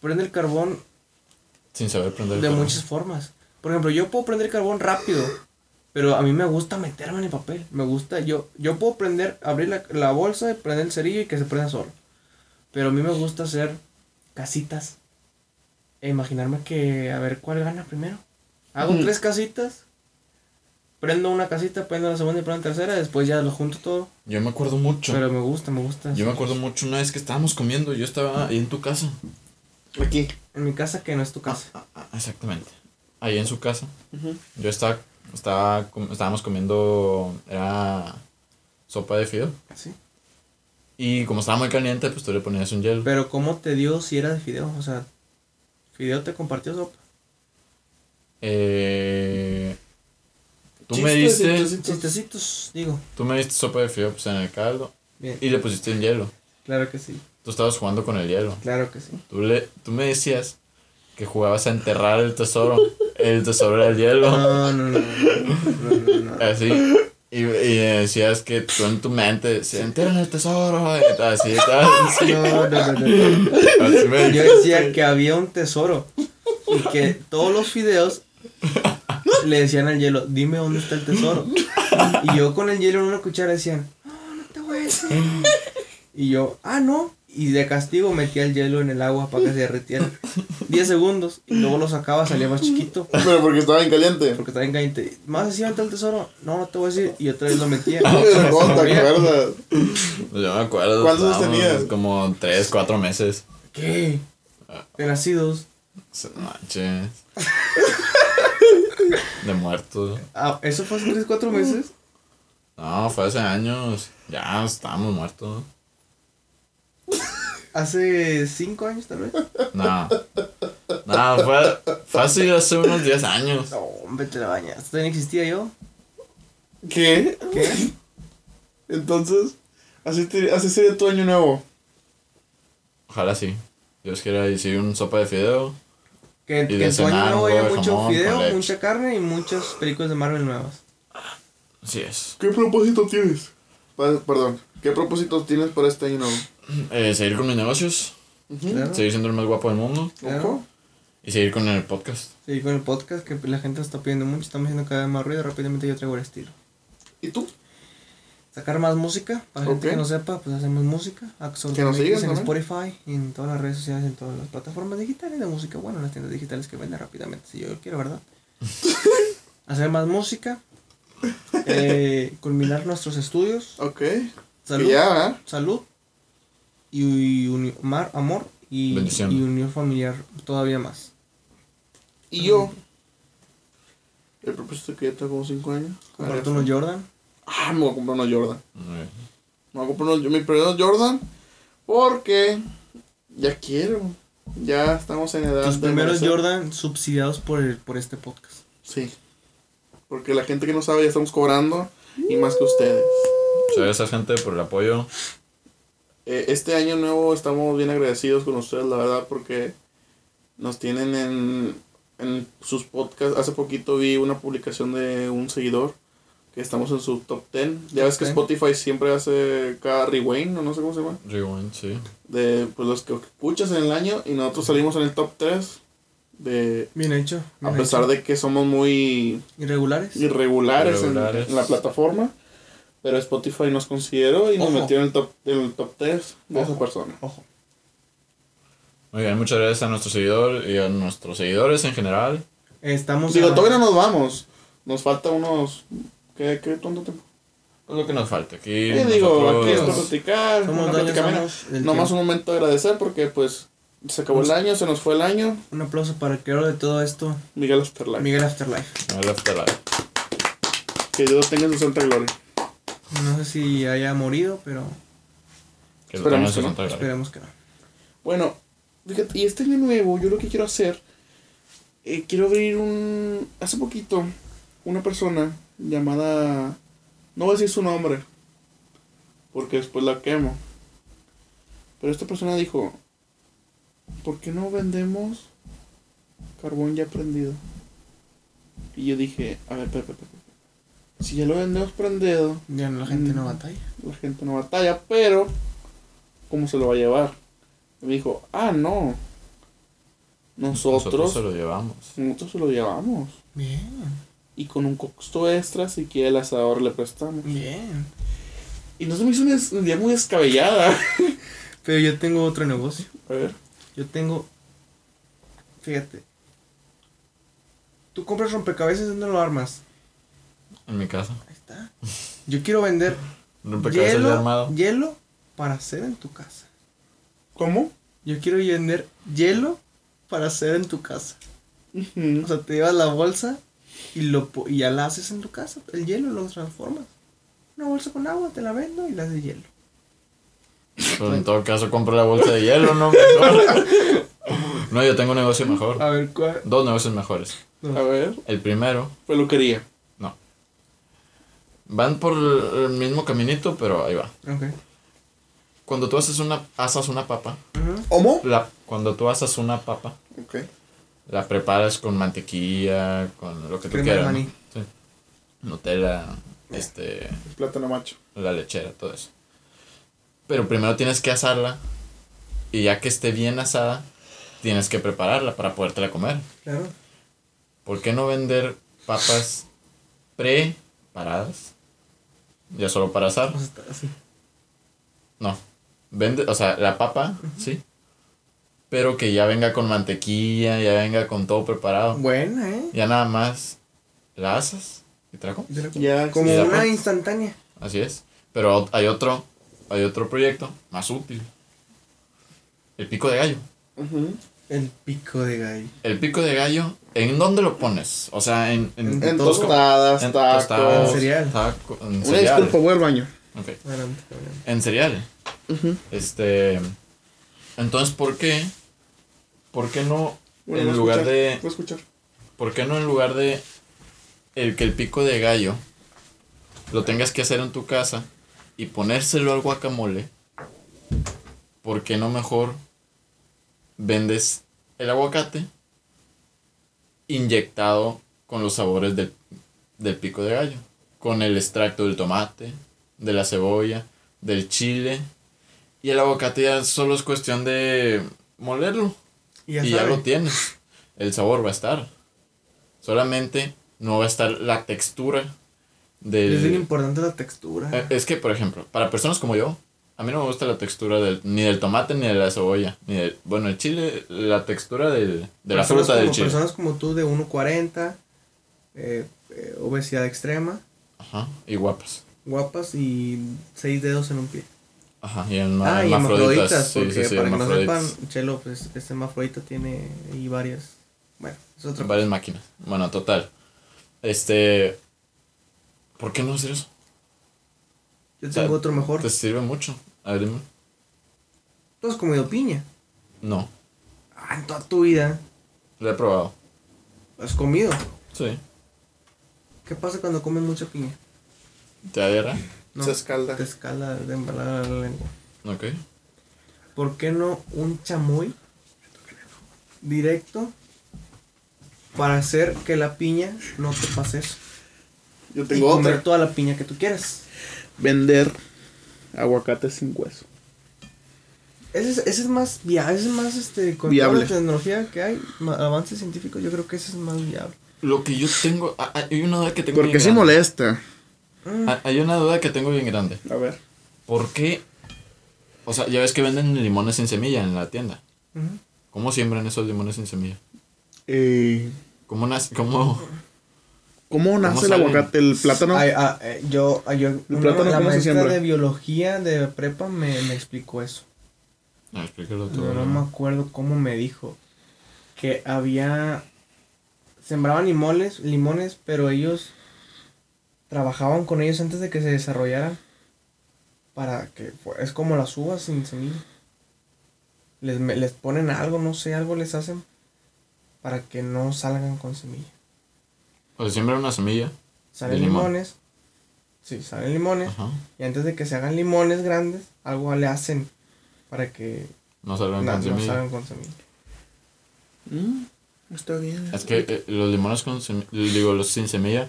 [SPEAKER 2] prende el carbón
[SPEAKER 1] Sin saber prender el
[SPEAKER 2] de
[SPEAKER 1] fuego.
[SPEAKER 2] muchas formas. Por ejemplo, yo puedo prender carbón rápido, pero a mí me gusta meterme en el papel. Me gusta, yo, yo puedo prender, abrir la, la bolsa, prender el cerillo y que se prenda solo. Pero a mí me gusta hacer casitas. E imaginarme que a ver cuál gana primero. Hago
[SPEAKER 4] Ujú.
[SPEAKER 2] tres casitas. Prendo una casita, prendo la segunda y prendo la tercera, después ya lo junto todo.
[SPEAKER 1] Yo me acuerdo mucho.
[SPEAKER 2] Pero me gusta, me gusta.
[SPEAKER 1] Yo me acuerdo mucho una vez que estábamos comiendo. Yo estaba ahí en tu casa.
[SPEAKER 4] Aquí.
[SPEAKER 2] En mi casa que no es tu casa.
[SPEAKER 1] Ah, Exactamente. Ahí en su casa. Yo estaba, estaba, com- estábamos comiendo, era sopa de fideo.
[SPEAKER 2] Sí.
[SPEAKER 1] Y como estaba muy caliente, pues tú le ponías un hielo.
[SPEAKER 2] Pero ¿cómo te dio si era de fideo? O sea, fideo te compartió sopa.
[SPEAKER 1] Eh, tú me
[SPEAKER 4] Chistes,
[SPEAKER 1] diste,
[SPEAKER 4] chistes.
[SPEAKER 2] Chistecitos, digo.
[SPEAKER 1] tú me diste sopa de fideo pues, en el caldo
[SPEAKER 2] Bien.
[SPEAKER 1] y le pusiste un hielo.
[SPEAKER 2] Claro que sí,
[SPEAKER 1] Tú estabas jugando con el hielo.
[SPEAKER 2] claro que sí.
[SPEAKER 1] Tú, le, tú me decías que jugabas a enterrar el tesoro. El tesoro era el hielo.
[SPEAKER 2] No, no, no, no, no, no, no.
[SPEAKER 1] Así. Y, y decías que tú en tu mente, se enterran el tesoro. y Así, así.
[SPEAKER 2] No, no, no, no, no.
[SPEAKER 1] Así me
[SPEAKER 2] Yo
[SPEAKER 1] dijiste.
[SPEAKER 2] decía que había un tesoro y que todos los fideos le decían al hielo, dime dónde está el tesoro. Y yo con el hielo en una cuchara decían, no, no te voy a decir. Y yo, ah, no. Y de castigo metía el hielo en el agua para que se derretiera. 10 segundos. Y luego lo sacaba, salía más chiquito.
[SPEAKER 4] Pero porque estaba bien caliente.
[SPEAKER 2] Porque estaba en caliente. Más así ante el tesoro. No, no te voy a decir. Y otra vez lo metía.
[SPEAKER 1] Ah,
[SPEAKER 4] Ah, No, te acuerdas.
[SPEAKER 1] Yo me acuerdo.
[SPEAKER 4] ¿Cuántos
[SPEAKER 1] estábamos
[SPEAKER 4] tenías?
[SPEAKER 1] Como tres, cuatro meses.
[SPEAKER 2] ¿Qué? De nacidos.
[SPEAKER 1] Se- Manches. De muertos.
[SPEAKER 2] Ah, eso fue hace 3, 4 meses.
[SPEAKER 1] No, fue hace años. Ya estábamos muertos.
[SPEAKER 2] Hace 5 años tal vez.
[SPEAKER 1] No. No, fue fácil hace unos 10 años.
[SPEAKER 2] No, hombre, te la bañas. ¿Todavía no existía yo?
[SPEAKER 4] ¿Qué?
[SPEAKER 2] ¿Qué?
[SPEAKER 4] Entonces, así, te- así sería tu año nuevo.
[SPEAKER 1] Ojalá sí. Dios quiera decir un sopa de fideo.
[SPEAKER 2] Que,
[SPEAKER 1] de
[SPEAKER 2] que en tu año
[SPEAKER 1] cenar,
[SPEAKER 2] nuevo
[SPEAKER 1] un
[SPEAKER 2] había
[SPEAKER 1] huevo de
[SPEAKER 2] mucho
[SPEAKER 1] jamón
[SPEAKER 2] fideo,
[SPEAKER 1] con leche.
[SPEAKER 2] mucha carne y muchas películas de Marvel nuevas.
[SPEAKER 1] Así es.
[SPEAKER 4] ¿Qué propósito tienes? Pa- Perdón, ¿qué propósito tienes para este año nuevo?
[SPEAKER 1] Eh, seguir con mis negocios.
[SPEAKER 2] Claro.
[SPEAKER 1] Seguir siendo el más guapo del mundo.
[SPEAKER 2] Claro.
[SPEAKER 1] Y seguir con el podcast.
[SPEAKER 2] Sí, con el podcast que la gente está pidiendo mucho, estamos haciendo cada vez más ruido, rápidamente yo traigo el estilo.
[SPEAKER 4] ¿Y tú?
[SPEAKER 2] Sacar más música, para gente
[SPEAKER 4] Ok.
[SPEAKER 2] que no sepa, pues hacemos música, Axor
[SPEAKER 4] Que nos
[SPEAKER 2] MX
[SPEAKER 4] sigan
[SPEAKER 2] en
[SPEAKER 4] también.
[SPEAKER 2] Spotify, y en todas las redes sociales, en todas las plataformas digitales de música, bueno, en las tiendas digitales que venden rápidamente, si yo quiero, ¿verdad? Hacer más música, eh, culminar nuestros estudios,
[SPEAKER 4] Ok.
[SPEAKER 2] salud,
[SPEAKER 4] Que ya, ¿verdad?
[SPEAKER 2] salud, y, uni- mar- amor, y,
[SPEAKER 1] Bendición.
[SPEAKER 2] y unión familiar todavía más.
[SPEAKER 4] ¿Y yo? El propósito que ya tengo como 5 años.
[SPEAKER 2] Comparte unos Jordan,
[SPEAKER 4] Ah, me voy a comprar unos Jordan.
[SPEAKER 1] Eh,
[SPEAKER 4] Me voy a comprar unos, mis primeros Jordan porque ya quiero. Ya estamos en edad.
[SPEAKER 2] tus
[SPEAKER 4] de
[SPEAKER 2] primeros
[SPEAKER 4] merecer.
[SPEAKER 2] Jordan subsidiados por, el- por este podcast.
[SPEAKER 4] Sí. Porque la gente que no sabe ya estamos cobrando y más que ustedes.
[SPEAKER 1] muchas Pues, gracias, gente, por el apoyo.
[SPEAKER 4] Eh, este año nuevo estamos bien agradecidos con ustedes, la verdad, porque nos tienen en, en sus podcasts. Hace poquito vi una publicación de un seguidor que estamos en su top 10. Ya ves que
[SPEAKER 2] Ok.
[SPEAKER 4] Spotify siempre hace cada rewind, o no sé cómo se llama.
[SPEAKER 1] Rewind, sí.
[SPEAKER 4] de pues, los que escuchas en el año y nosotros salimos en el top 3 de
[SPEAKER 2] Bien hecho.
[SPEAKER 4] a pesar de que somos muy
[SPEAKER 2] Irregulares.
[SPEAKER 4] irregulares, en-
[SPEAKER 1] Irregulares.
[SPEAKER 4] En, la plataforma pero Spotify nos consideró y nos
[SPEAKER 2] Ojo.
[SPEAKER 4] metió en el top en el top 3 de esa
[SPEAKER 2] Ojo.
[SPEAKER 4] persona
[SPEAKER 2] Ojo.
[SPEAKER 1] Muy bien, muchas gracias a nuestro seguidor y a nuestros seguidores en general.
[SPEAKER 2] Estamos.
[SPEAKER 4] digo
[SPEAKER 2] a-
[SPEAKER 4] todavía no nos vamos nos falta unos qué qué tonto tiempo
[SPEAKER 1] Es Pues, lo que nos falta. Aquí,
[SPEAKER 4] Eh, digo aquí es
[SPEAKER 1] nosotros-
[SPEAKER 4] para platicar
[SPEAKER 2] Somos
[SPEAKER 4] una
[SPEAKER 2] dueños,
[SPEAKER 4] plática amena.
[SPEAKER 2] somos del
[SPEAKER 4] nomás
[SPEAKER 2] tiempo.
[SPEAKER 4] un momento de agradecer porque pues se acabó el año se nos fue el año
[SPEAKER 2] Un aplauso para el creador de todo esto,
[SPEAKER 4] Miguel Afterlife
[SPEAKER 2] Miguel Afterlife.
[SPEAKER 1] No, el afterlife.
[SPEAKER 4] que Dios tenga su santa gloria
[SPEAKER 2] No sé si haya morido, pero
[SPEAKER 1] Que lo
[SPEAKER 4] Esperamos
[SPEAKER 1] tengan en
[SPEAKER 4] que
[SPEAKER 1] su
[SPEAKER 4] no.
[SPEAKER 1] santa gloria.
[SPEAKER 2] esperemos que no.
[SPEAKER 4] Bueno, fíjate, y este año nuevo, yo lo que quiero hacer, eh, quiero abrir un... Hace poquito, una persona llamada... No voy a decir su nombre, porque después la quemo. Pero esta persona dijo, ¿por qué no vendemos carbón ya prendido? Y yo dije, a ver, espera, espera, espera, espera. Si ya lo vendemos prendido,
[SPEAKER 2] Ya no, la gente no
[SPEAKER 4] Mm.
[SPEAKER 2] batalla.
[SPEAKER 4] la gente no batalla, pero ¿cómo se lo va a llevar? Y me dijo, ah, no. Nosotros,
[SPEAKER 1] Nosotros se lo llevamos.
[SPEAKER 4] nosotros se lo llevamos.
[SPEAKER 2] Bien,
[SPEAKER 4] Y con un costo extra, si quiere el asador, le prestamos.
[SPEAKER 2] bien.
[SPEAKER 4] Y no se me hizo una es- una idea muy descabellada.
[SPEAKER 2] Pero yo tengo otro negocio.
[SPEAKER 4] A ver.
[SPEAKER 2] Yo tengo. Fíjate. Tú compras rompecabezas y no lo armas.
[SPEAKER 1] En mi casa.
[SPEAKER 2] Ahí está. Yo quiero vender
[SPEAKER 1] Rompecabezas ya
[SPEAKER 2] hielo,
[SPEAKER 1] armado.
[SPEAKER 2] hielo para hacer en tu casa.
[SPEAKER 4] ¿Cómo?
[SPEAKER 2] Yo quiero vender hielo para hacer en tu casa. O sea, te llevas la bolsa y, lo, po- y ya la haces en tu casa. El hielo lo transformas. Una bolsa con agua, te la vendo y la haces de hielo.
[SPEAKER 1] Pero Pues en todo caso, compro la bolsa de hielo, ¿no? Mejor. No, yo tengo un negocio mejor.
[SPEAKER 2] A ver, ¿cuál?
[SPEAKER 1] Dos negocios mejores.
[SPEAKER 4] A ver,
[SPEAKER 1] El primero,
[SPEAKER 4] peluquería.
[SPEAKER 1] no. Van por el mismo caminito, pero ahí va.
[SPEAKER 2] Ok.
[SPEAKER 1] Cuando tú haces una, asas una papa,
[SPEAKER 2] Ujú.
[SPEAKER 4] ¿Cómo?
[SPEAKER 1] la, cuando tú asas una papa,
[SPEAKER 4] Ok.
[SPEAKER 1] la preparas con mantequilla, con lo que tú
[SPEAKER 2] Crema de
[SPEAKER 1] quieras.
[SPEAKER 2] maní.
[SPEAKER 1] ¿no? Sí. Nutella, este,
[SPEAKER 4] Plátano macho.
[SPEAKER 1] la lechera, todo eso. Pero primero tienes que asarla y ya que esté bien asada, tienes que prepararla para podértela comer.
[SPEAKER 2] Claro.
[SPEAKER 1] ¿Por qué no vender papas preparadas? Ya solo para asar.
[SPEAKER 2] O sea, está así.
[SPEAKER 1] No. vende, o sea, la papa, sí. Pero que ya venga con mantequilla, ya venga con todo preparado.
[SPEAKER 2] Buena, ¿eh?
[SPEAKER 1] Ya nada más la asas y trago.
[SPEAKER 2] Y te la-
[SPEAKER 4] Ya,
[SPEAKER 2] Como
[SPEAKER 1] Sí, la
[SPEAKER 2] una
[SPEAKER 1] parte.
[SPEAKER 2] instantánea.
[SPEAKER 1] Así es. Pero hay otro, hay otro proyecto más útil. El pico de gallo.
[SPEAKER 4] Ujú.
[SPEAKER 2] El pico de gallo.
[SPEAKER 1] El pico de gallo, ¿en dónde lo pones? O sea, en, en,
[SPEAKER 4] En
[SPEAKER 1] todos como-
[SPEAKER 4] tostadas,
[SPEAKER 1] en
[SPEAKER 4] tacos.
[SPEAKER 1] tostadas,
[SPEAKER 2] cereal.
[SPEAKER 1] taco- en
[SPEAKER 4] Una
[SPEAKER 1] cereal.
[SPEAKER 4] disculpa, voy al baño.
[SPEAKER 1] Ok.
[SPEAKER 5] Adelante, adelante.
[SPEAKER 1] En cereal.
[SPEAKER 4] Ujú.
[SPEAKER 1] Este. Entonces, ¿por qué? ¿Por qué no
[SPEAKER 4] Bueno,
[SPEAKER 1] en
[SPEAKER 4] voy a
[SPEAKER 1] lugar
[SPEAKER 4] escuchar,
[SPEAKER 1] de.
[SPEAKER 4] voy a escuchar.
[SPEAKER 1] ¿Por qué no en lugar de el que el pico de gallo lo tengas que hacer en tu casa y ponérselo al guacamole? ¿Por qué no mejor vendes el aguacate inyectado con los sabores del, del pico de gallo? Con el extracto del tomate, de la cebolla, del chile. Y el aguacate ya solo es cuestión de molerlo
[SPEAKER 2] Y ya,
[SPEAKER 1] y ya
[SPEAKER 2] sabe.
[SPEAKER 1] lo tienes. El sabor va a estar. Solamente no va a estar la textura del...
[SPEAKER 2] Es bien importante la textura.
[SPEAKER 1] Eh, Es que, por ejemplo, para personas como yo, a mí no me gusta la textura del, ni del tomate ni de la cebolla. Ni del, bueno, el chile, la textura del, de la
[SPEAKER 2] Personas
[SPEAKER 1] fruta del
[SPEAKER 2] como-
[SPEAKER 1] chile.
[SPEAKER 2] Personas como tú de 1.40, eh, eh, obesidad extrema,
[SPEAKER 1] Ajá, y guapas.
[SPEAKER 2] guapas y seis dedos en un pie.
[SPEAKER 1] Ajá, y en
[SPEAKER 2] ah, y hermafroditas,
[SPEAKER 1] Sí,
[SPEAKER 2] porque
[SPEAKER 1] sí, sí,
[SPEAKER 2] para que no
[SPEAKER 1] hermafroditas.
[SPEAKER 2] sepan, Chelo, pues este hermafrodita tiene y varias. Bueno, es otra
[SPEAKER 1] Varias máquinas. Bueno, total. Este... ¿Por qué no hacer eso?
[SPEAKER 2] Yo
[SPEAKER 1] o
[SPEAKER 2] tengo
[SPEAKER 1] sea,
[SPEAKER 2] otro mejor.
[SPEAKER 1] Te sirve mucho. A ver, dime.
[SPEAKER 2] ¿Tú has comido piña?
[SPEAKER 1] No,
[SPEAKER 2] Ah, en toda tu vida
[SPEAKER 1] lo he probado.
[SPEAKER 2] has comido.
[SPEAKER 1] Sí.
[SPEAKER 2] ¿Qué pasa cuando comes mucha piña?
[SPEAKER 1] ¿Te adhiera?
[SPEAKER 2] No,
[SPEAKER 4] Se escalda.
[SPEAKER 2] Te escala de embalada la lengua.
[SPEAKER 1] Ok.
[SPEAKER 2] ¿Por qué no un chamoy directo para hacer que la piña no te pase eso?
[SPEAKER 4] Yo
[SPEAKER 2] Y
[SPEAKER 4] tengo
[SPEAKER 2] comer
[SPEAKER 4] otra.
[SPEAKER 2] toda la piña que tú quieras.
[SPEAKER 4] Vender aguacate sin hueso.
[SPEAKER 2] Ese es, ese es más viable, es más este, con
[SPEAKER 4] Viable.
[SPEAKER 2] toda la tecnología que hay, ma- avances científicos, yo creo que ese es más viable.
[SPEAKER 1] Lo que yo tengo, ah, ah, hay una duda que tengo
[SPEAKER 4] Porque
[SPEAKER 1] bien
[SPEAKER 4] sí
[SPEAKER 1] grande.
[SPEAKER 4] molesta.
[SPEAKER 1] Ah, Hay una duda que tengo bien grande.
[SPEAKER 4] A ver.
[SPEAKER 1] ¿Por qué? O sea, ya ves que venden limones sin semilla en la tienda.
[SPEAKER 2] Ujú.
[SPEAKER 1] ¿Cómo siembran esos limones sin semilla?
[SPEAKER 4] Eh,
[SPEAKER 1] ¿Cómo nace? ¿Cómo?
[SPEAKER 4] ¿Cómo nace el
[SPEAKER 1] salen?
[SPEAKER 4] aguacate? ¿El plátano?
[SPEAKER 2] Ay, ah, eh, yo, ah, yo una-
[SPEAKER 4] plátano
[SPEAKER 2] la
[SPEAKER 4] cómo se
[SPEAKER 2] maestra
[SPEAKER 4] siembra?
[SPEAKER 2] de biología de prepa me, me explicó eso.
[SPEAKER 1] Ah, explícalo tú.
[SPEAKER 2] Yo no me acuerdo cómo me dijo que había sembraban limones, limones, pero ellos trabajaban con ellos antes de que se desarrollaran para que fu- es como las uvas sin semilla. Les, me- les ponen algo, no sé, algo les hacen para que no salgan con semilla.
[SPEAKER 1] O sea, siembran una semilla.
[SPEAKER 2] Salen
[SPEAKER 1] De limón.
[SPEAKER 2] limones. Sí, salen limones
[SPEAKER 1] Ajá.
[SPEAKER 2] y antes de que se hagan limones grandes, algo le hacen para que
[SPEAKER 1] No salgan
[SPEAKER 2] na-
[SPEAKER 1] con
[SPEAKER 2] no
[SPEAKER 1] semilla.
[SPEAKER 2] salgan con semilla.
[SPEAKER 4] Mm, está bien.
[SPEAKER 1] Es que eh, los limones con semilla, digo, los sin semilla,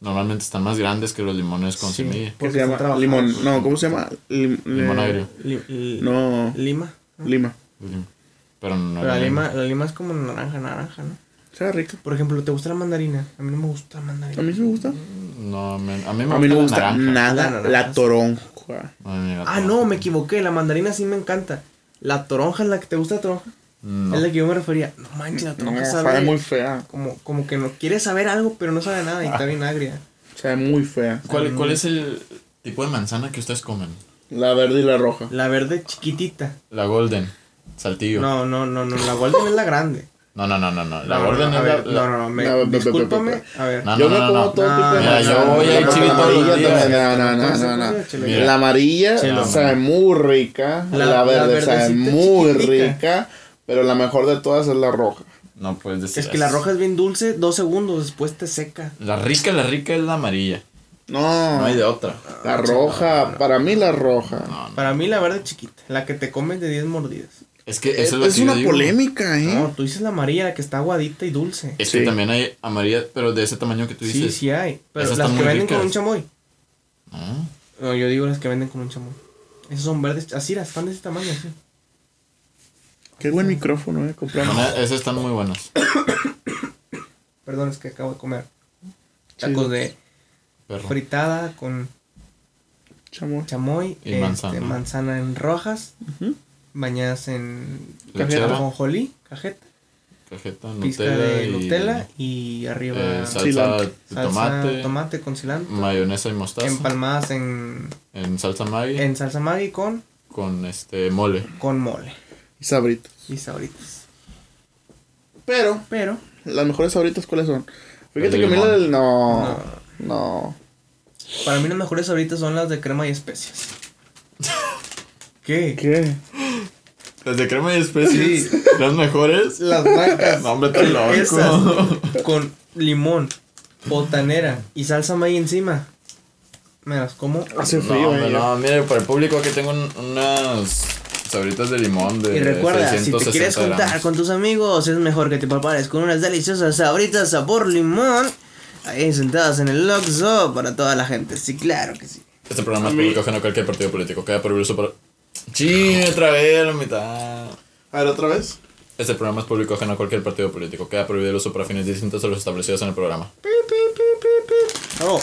[SPEAKER 1] normalmente están más grandes que los limones con
[SPEAKER 2] Sí.
[SPEAKER 1] semilla.
[SPEAKER 4] ¿Qué
[SPEAKER 2] porque
[SPEAKER 4] se
[SPEAKER 2] están
[SPEAKER 4] llama?
[SPEAKER 2] trabajando.
[SPEAKER 4] Limón. No, ¿cómo se llama? Lim-
[SPEAKER 1] Limón
[SPEAKER 4] eh,
[SPEAKER 1] agrio.
[SPEAKER 2] Li- li-
[SPEAKER 4] No,
[SPEAKER 2] Lima.
[SPEAKER 4] lima.
[SPEAKER 1] Pero no.
[SPEAKER 2] Pero la
[SPEAKER 1] no-
[SPEAKER 2] lima, la lima es como naranja, naranja, ¿no?
[SPEAKER 4] Sabe rico.
[SPEAKER 2] Por ejemplo, ¿te gusta la mandarina? A mí no me gusta la mandarina.
[SPEAKER 4] A mí sí me gusta.
[SPEAKER 1] No, me- a mí me
[SPEAKER 4] A mí no me
[SPEAKER 1] gusta la
[SPEAKER 4] gusta
[SPEAKER 1] naranja.
[SPEAKER 2] La
[SPEAKER 4] nada
[SPEAKER 2] naranja.
[SPEAKER 4] la toronja.
[SPEAKER 1] Ay, mira,
[SPEAKER 2] Ah,
[SPEAKER 1] toma.
[SPEAKER 2] no, me equivoqué. La mandarina sí me encanta. La toronja es la que te gusta la toronja.
[SPEAKER 1] No.
[SPEAKER 2] Es la que yo me refería. No manches, la toronja
[SPEAKER 4] No,
[SPEAKER 2] sabe
[SPEAKER 4] sabe muy fea.
[SPEAKER 2] como, como que no quiere saber algo, pero no sabe nada y está bien agria.
[SPEAKER 4] Sabe muy fea.
[SPEAKER 1] ¿Cuál, ¿Cuál es el tipo de manzana que ustedes comen?
[SPEAKER 4] La verde y la roja.
[SPEAKER 2] La verde chiquitita.
[SPEAKER 1] La Golden, Saltillo. No,
[SPEAKER 2] No, no, no, no. La golden es la grande.
[SPEAKER 1] no, no, no. no, La
[SPEAKER 2] No, no,
[SPEAKER 1] Golden
[SPEAKER 2] no, a
[SPEAKER 1] es
[SPEAKER 2] ver,
[SPEAKER 1] la. la-
[SPEAKER 2] No, no, no. me-
[SPEAKER 4] No, no, no, no, no.
[SPEAKER 2] discúlpame. A ver.
[SPEAKER 1] No,
[SPEAKER 4] yo
[SPEAKER 1] no,
[SPEAKER 4] me
[SPEAKER 1] no,
[SPEAKER 4] como
[SPEAKER 1] no.
[SPEAKER 4] todo tipo de
[SPEAKER 2] Mira,
[SPEAKER 4] manzana.
[SPEAKER 2] yo voy
[SPEAKER 4] La
[SPEAKER 2] al
[SPEAKER 4] amarilla
[SPEAKER 2] chivito todos los
[SPEAKER 1] días.
[SPEAKER 4] también, No, no, no, no, no.
[SPEAKER 1] Mira.
[SPEAKER 4] La amarilla
[SPEAKER 1] Chelo.
[SPEAKER 4] sabe muy rica.
[SPEAKER 2] La-
[SPEAKER 4] La,
[SPEAKER 2] la
[SPEAKER 4] verde sabe
[SPEAKER 2] verdecita
[SPEAKER 4] muy
[SPEAKER 2] chiquitica.
[SPEAKER 4] rica. Pero la mejor de todas es la roja.
[SPEAKER 1] No pues, puedes decir.
[SPEAKER 2] Es que la
[SPEAKER 1] eso.
[SPEAKER 2] roja es bien dulce, dos segundos después te seca.
[SPEAKER 1] La rica, la rica es la amarilla.
[SPEAKER 4] No,
[SPEAKER 1] No hay de otra.
[SPEAKER 4] la roja. Para mí la roja.
[SPEAKER 1] No, no.
[SPEAKER 2] Para mí la verde chiquita, la que te comes de 10 mordidas.
[SPEAKER 1] Es que eso es
[SPEAKER 4] Es,
[SPEAKER 1] lo que yo
[SPEAKER 4] una
[SPEAKER 1] digo.
[SPEAKER 4] polémica, ¿eh?
[SPEAKER 2] No, tú dices la amarilla, la que está aguadita y dulce.
[SPEAKER 1] Es
[SPEAKER 4] Sí.
[SPEAKER 1] que también hay amarilla, pero de ese tamaño que Eh, tú
[SPEAKER 2] Sí,
[SPEAKER 1] dices.
[SPEAKER 2] sí hay. Pero
[SPEAKER 1] Esas
[SPEAKER 2] las
[SPEAKER 1] están
[SPEAKER 2] que
[SPEAKER 1] muy
[SPEAKER 2] venden con
[SPEAKER 1] ricas.
[SPEAKER 2] un chamoy.
[SPEAKER 1] No.
[SPEAKER 2] No, yo digo las que venden con un chamoy. Esas son verdes, así las están de ese tamaño, así.
[SPEAKER 4] Qué buen micrófono, ¿eh? Compramos.
[SPEAKER 1] Bueno, esas están muy buenas.
[SPEAKER 2] Perdón, es que acabo de comer.
[SPEAKER 4] Sí.
[SPEAKER 2] Tacos de
[SPEAKER 1] Perro.
[SPEAKER 2] fritada con
[SPEAKER 4] chamoy.
[SPEAKER 2] chamoy,
[SPEAKER 1] Y
[SPEAKER 2] este,
[SPEAKER 1] manzana.
[SPEAKER 2] manzana. en rojas,
[SPEAKER 4] Ujú.
[SPEAKER 2] bañadas en
[SPEAKER 1] Lechera.
[SPEAKER 2] ajonjolí, cajeta,
[SPEAKER 1] Cajeta,
[SPEAKER 2] pizca
[SPEAKER 1] Nutella
[SPEAKER 2] de
[SPEAKER 1] y
[SPEAKER 2] Nutella y arriba
[SPEAKER 1] eh, salsa
[SPEAKER 4] cilantro.
[SPEAKER 1] de
[SPEAKER 2] salsa
[SPEAKER 1] tomate,
[SPEAKER 2] tomate Em- con cilantro,
[SPEAKER 1] mayonesa y mostaza.
[SPEAKER 2] empalmadas en,
[SPEAKER 1] en salsa Maggi
[SPEAKER 2] en salsa Maggi con,
[SPEAKER 1] con este mole.
[SPEAKER 2] con mole
[SPEAKER 4] Y sabritos.
[SPEAKER 2] y sabritas.
[SPEAKER 4] Pero,
[SPEAKER 2] Pero,
[SPEAKER 4] las mejores sabritas, ¿cuáles son?
[SPEAKER 1] El de
[SPEAKER 4] Fíjate que a mí la
[SPEAKER 1] limón.
[SPEAKER 4] del. No. No.
[SPEAKER 2] para mí las mejores sabritas son las de crema y especias. ¿Qué?
[SPEAKER 4] ¿Qué?
[SPEAKER 1] Las de crema y especies, las mejores.
[SPEAKER 2] Las blancas.
[SPEAKER 1] No, hombre, tan loco.
[SPEAKER 2] Esas, con limón, botanera y salsa Maggi encima. Me las como
[SPEAKER 4] Hace
[SPEAKER 1] No,
[SPEAKER 4] frío,
[SPEAKER 1] hombre,
[SPEAKER 4] eh.
[SPEAKER 1] no, mire, para el público que tengo un- unas sabritas de limón de
[SPEAKER 2] Y recuerda, si te
[SPEAKER 1] 660
[SPEAKER 2] quieres juntar
[SPEAKER 1] gramos.
[SPEAKER 2] con tus amigos, es mejor que te prepares con unas deliciosas sabritas sabor limón. Ahí sentadas en el Oxxo para toda la gente. Sí, claro que sí.
[SPEAKER 1] Este programa es público ajeno a cualquier partido político. Queda prohibido para... Sí, otra vez, la mitad.
[SPEAKER 4] A ver, otra vez.
[SPEAKER 1] Este programa es público ajeno a cualquier partido político. Queda prohibido el uso para fines distintos a los establecidos en el programa.
[SPEAKER 2] Oh,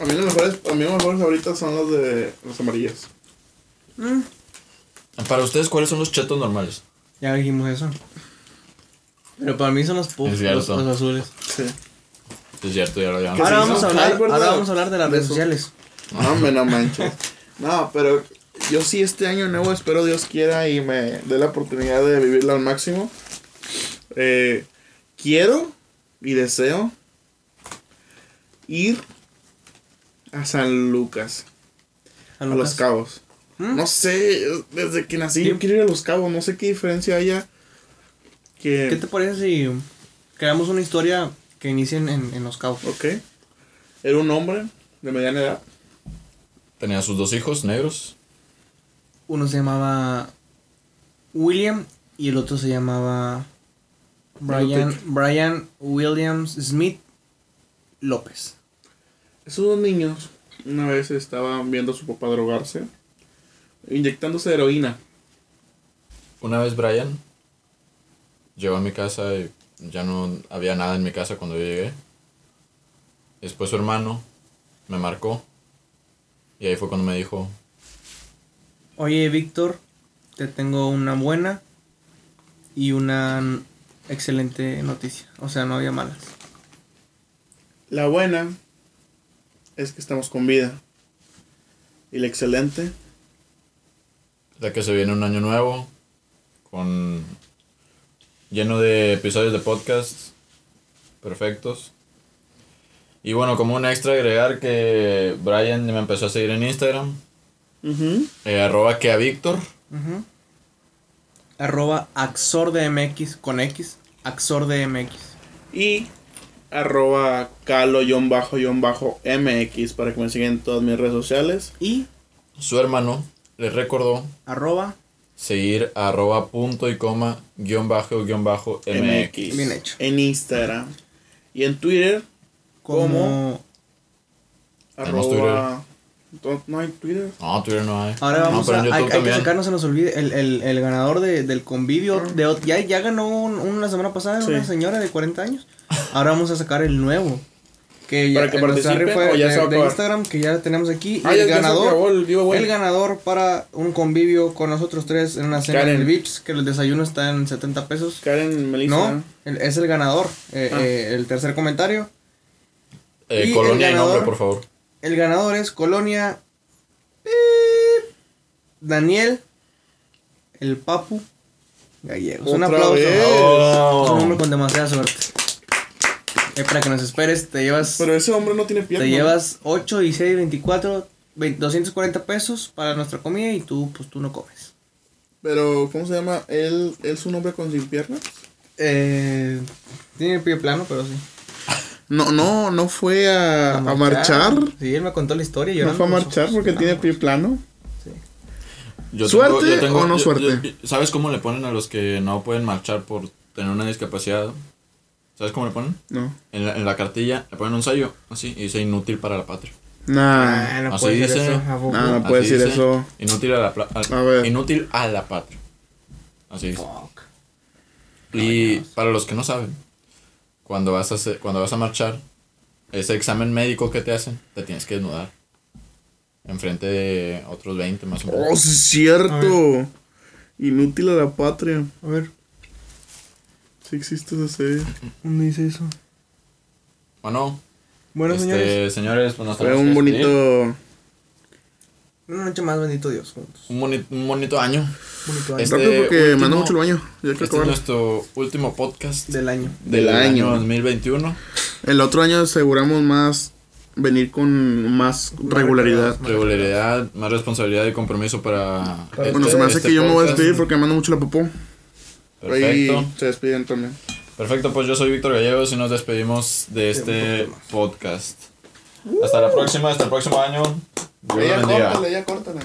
[SPEAKER 4] A mí las mejores, a mí las mejores sabritas son las de las amarillas.
[SPEAKER 1] Para ustedes, ¿cuáles son los chetos normales?
[SPEAKER 2] ya dijimos eso. Pero para mí son los
[SPEAKER 1] Es
[SPEAKER 2] puffs,
[SPEAKER 1] cierto.
[SPEAKER 2] los, los azules.
[SPEAKER 4] Sí.
[SPEAKER 1] Es cierto, ya lo
[SPEAKER 4] ¿Qué
[SPEAKER 1] llamamos.
[SPEAKER 2] Ahora
[SPEAKER 4] sí,
[SPEAKER 2] vamos,
[SPEAKER 4] no?
[SPEAKER 2] a hablar,
[SPEAKER 4] Ay, ¿verdad?
[SPEAKER 2] ahora vamos a hablar de las
[SPEAKER 4] De
[SPEAKER 2] redes
[SPEAKER 4] eso.
[SPEAKER 2] sociales.
[SPEAKER 4] No, me no manches. No, pero yo sí este año nuevo espero Dios quiera y me dé la oportunidad de vivirla al máximo. Eh, quiero y deseo ir a San Lucas,
[SPEAKER 2] A
[SPEAKER 4] a Los Cabos.
[SPEAKER 2] ¿Mm?
[SPEAKER 4] No sé, desde que nací
[SPEAKER 2] Sí.
[SPEAKER 4] yo quiero ir a Los Cabos, no sé qué diferencia haya. Que,
[SPEAKER 2] ¿Qué te parece si creamos una historia que inicie en, en Los Cabos?
[SPEAKER 4] Ok. Era un hombre de mediana edad.
[SPEAKER 1] Tenía sus dos hijos negros.
[SPEAKER 2] Uno se llamaba William y el otro se llamaba Brian,
[SPEAKER 4] Lutic.
[SPEAKER 2] Brian Williams Smith López.
[SPEAKER 4] Esos dos niños una vez estaban viendo a su papá drogarse, inyectándose heroína.
[SPEAKER 1] Una vez Brian llegó a mi casa y ya no había nada en mi casa cuando yo llegué. Después su hermano me marcó. Y ahí fue cuando me dijo,
[SPEAKER 2] Oye, Víctor, te tengo una buena y una n- excelente noticia. O sea, no había malas.
[SPEAKER 4] La buena es que estamos con vida. Y la excelente,
[SPEAKER 1] ya que se viene un año nuevo, con lleno de episodios de podcast perfectos. Y bueno, como un extra agregar que Brian me empezó a seguir en Instagram, eh, arroba que a Víctor.
[SPEAKER 2] Ujú. Arroba AxorDMX con X. AxorDMX.
[SPEAKER 4] y arroba calo-mx para que me sigan en todas mis redes sociales.
[SPEAKER 2] Y
[SPEAKER 1] Su hermano le recordó
[SPEAKER 2] arroba
[SPEAKER 1] seguir a arroba punto y coma guión bajo guión bajo MX.
[SPEAKER 4] MX.
[SPEAKER 2] Bien hecho.
[SPEAKER 4] En Instagram. Y en Twitter,
[SPEAKER 2] como...
[SPEAKER 4] ¿Cómo?
[SPEAKER 1] Tenemos
[SPEAKER 4] arroba... No, no hay Twitter.
[SPEAKER 1] No, Twitter no hay.
[SPEAKER 2] Ahora
[SPEAKER 1] No,
[SPEAKER 2] vamos
[SPEAKER 1] pero
[SPEAKER 2] a. Hay,
[SPEAKER 1] en YouTube
[SPEAKER 2] hay que
[SPEAKER 1] también.
[SPEAKER 2] sacar, no se nos olvide. El, el, el ganador de- del convivio. De, ot- ya, ya ganó un- una semana pasada
[SPEAKER 4] Sí.
[SPEAKER 2] una señora de 40 años. Ahora vamos a sacar el nuevo. Que ya,
[SPEAKER 4] Para que
[SPEAKER 2] en nuestra
[SPEAKER 4] participen,
[SPEAKER 2] rifa
[SPEAKER 4] o ya
[SPEAKER 2] de,
[SPEAKER 4] se va a
[SPEAKER 2] de
[SPEAKER 4] acabar.
[SPEAKER 2] Instagram que ya la tenemos aquí.
[SPEAKER 4] Ah, ya-
[SPEAKER 2] el
[SPEAKER 4] ya se acabó
[SPEAKER 2] ganador.
[SPEAKER 4] el giveaway.
[SPEAKER 2] El ganador para un convivio con nosotros tres en una cena
[SPEAKER 4] Karen.
[SPEAKER 2] en el Vips, que el desayuno está en 70 pesos.
[SPEAKER 4] Karen Melissa.
[SPEAKER 2] No, el- es el ganador. Eh,
[SPEAKER 4] Ah.
[SPEAKER 2] eh, el tercer comentario.
[SPEAKER 1] Eh,
[SPEAKER 2] Y el
[SPEAKER 1] colonia y nombre,
[SPEAKER 2] ganador-
[SPEAKER 1] por favor.
[SPEAKER 2] El ganador es Colonia. Pip, Daniel. El Papu. Gallegos. Un
[SPEAKER 4] Otra
[SPEAKER 2] aplauso.
[SPEAKER 4] vez.
[SPEAKER 1] Oh.
[SPEAKER 2] Es un hombre con demasiada suerte. Eh, para que nos esperes, te llevas.
[SPEAKER 4] Pero ese hombre no tiene pierna.
[SPEAKER 2] te llevas 8 y 6, 24, 20, 240 pesos para nuestra comida y tú, pues tú no comes.
[SPEAKER 4] Pero, ¿cómo se llama? ¿Él él es un hombre con sin piernas?
[SPEAKER 2] Eh, tiene el pie plano, pero sí.
[SPEAKER 4] No, no, no fue a, a marchar. Ah.
[SPEAKER 2] Sí, él me contó la historia.
[SPEAKER 4] No
[SPEAKER 2] llorando
[SPEAKER 4] fue a
[SPEAKER 2] con los
[SPEAKER 4] marchar
[SPEAKER 2] ojos
[SPEAKER 4] porque tiene
[SPEAKER 2] llorando.
[SPEAKER 4] pie plano.
[SPEAKER 2] Sí.
[SPEAKER 1] Yo
[SPEAKER 4] ¿Suerte
[SPEAKER 1] tengo- yo tengo-
[SPEAKER 4] o no
[SPEAKER 1] yo-
[SPEAKER 4] suerte?
[SPEAKER 1] yo- ¿Sabes cómo le ponen a los que no pueden marchar por tener una discapacidad? ¿Sabes cómo le ponen?
[SPEAKER 4] No.
[SPEAKER 1] En la, en la cartilla le ponen un sello así y dice inútil para la patria.
[SPEAKER 4] Nah.
[SPEAKER 2] Ah, no
[SPEAKER 1] Así
[SPEAKER 2] puede ser
[SPEAKER 1] dice.
[SPEAKER 2] eso. ¿a poco?
[SPEAKER 4] Nah, No Ah, puede
[SPEAKER 1] Así
[SPEAKER 4] decir
[SPEAKER 1] dice,
[SPEAKER 4] eso.
[SPEAKER 1] Inútil a la, pla- al-
[SPEAKER 4] A ver.
[SPEAKER 1] Inútil a la patria. Así es.
[SPEAKER 2] Fuck.
[SPEAKER 1] Y para los que no saben, cuando vas a hacer- cuando vas a marchar, ese examen médico que te hacen, te tienes que desnudar. Enfrente de otros 20 más o
[SPEAKER 4] Oh,
[SPEAKER 1] menos.
[SPEAKER 4] sí es
[SPEAKER 3] A
[SPEAKER 4] cierto. Inútil a la patria.
[SPEAKER 3] A ver,
[SPEAKER 4] Sí existe esa serie.
[SPEAKER 2] ¿Dónde dice eso?
[SPEAKER 1] Bueno,
[SPEAKER 2] Bueno,
[SPEAKER 1] este,
[SPEAKER 2] señores.
[SPEAKER 1] señores, pues nos
[SPEAKER 4] Fue
[SPEAKER 1] tenemos
[SPEAKER 4] un
[SPEAKER 1] que despedir.
[SPEAKER 4] bonito.
[SPEAKER 3] una noche más, bendito Dios, juntos.
[SPEAKER 1] Un, boni- un bonito año.
[SPEAKER 3] Bonito año
[SPEAKER 1] Este
[SPEAKER 4] Rápido porque
[SPEAKER 1] último-
[SPEAKER 4] mandó mucho el baño. Ya hay que
[SPEAKER 1] Este es
[SPEAKER 4] acabar.
[SPEAKER 1] nuestro último podcast
[SPEAKER 3] del año.
[SPEAKER 1] del,
[SPEAKER 4] del
[SPEAKER 1] año.
[SPEAKER 4] año.
[SPEAKER 1] 2021.
[SPEAKER 4] El otro año aseguramos más. Venir con más regularidad.
[SPEAKER 1] Regularidad, más responsabilidad y compromiso para.
[SPEAKER 4] Bueno, se me hace
[SPEAKER 1] este
[SPEAKER 4] que yo me voy a
[SPEAKER 1] podcast.
[SPEAKER 4] despedir porque mando mucho la popó. Ahí
[SPEAKER 1] Perfecto.
[SPEAKER 4] se despiden también.
[SPEAKER 1] Perfecto, pues yo soy Víctor Gallegos y nos despedimos de este podcast. Hasta la próxima, hasta el próximo año. Dios los bendiga.
[SPEAKER 4] ya córtale.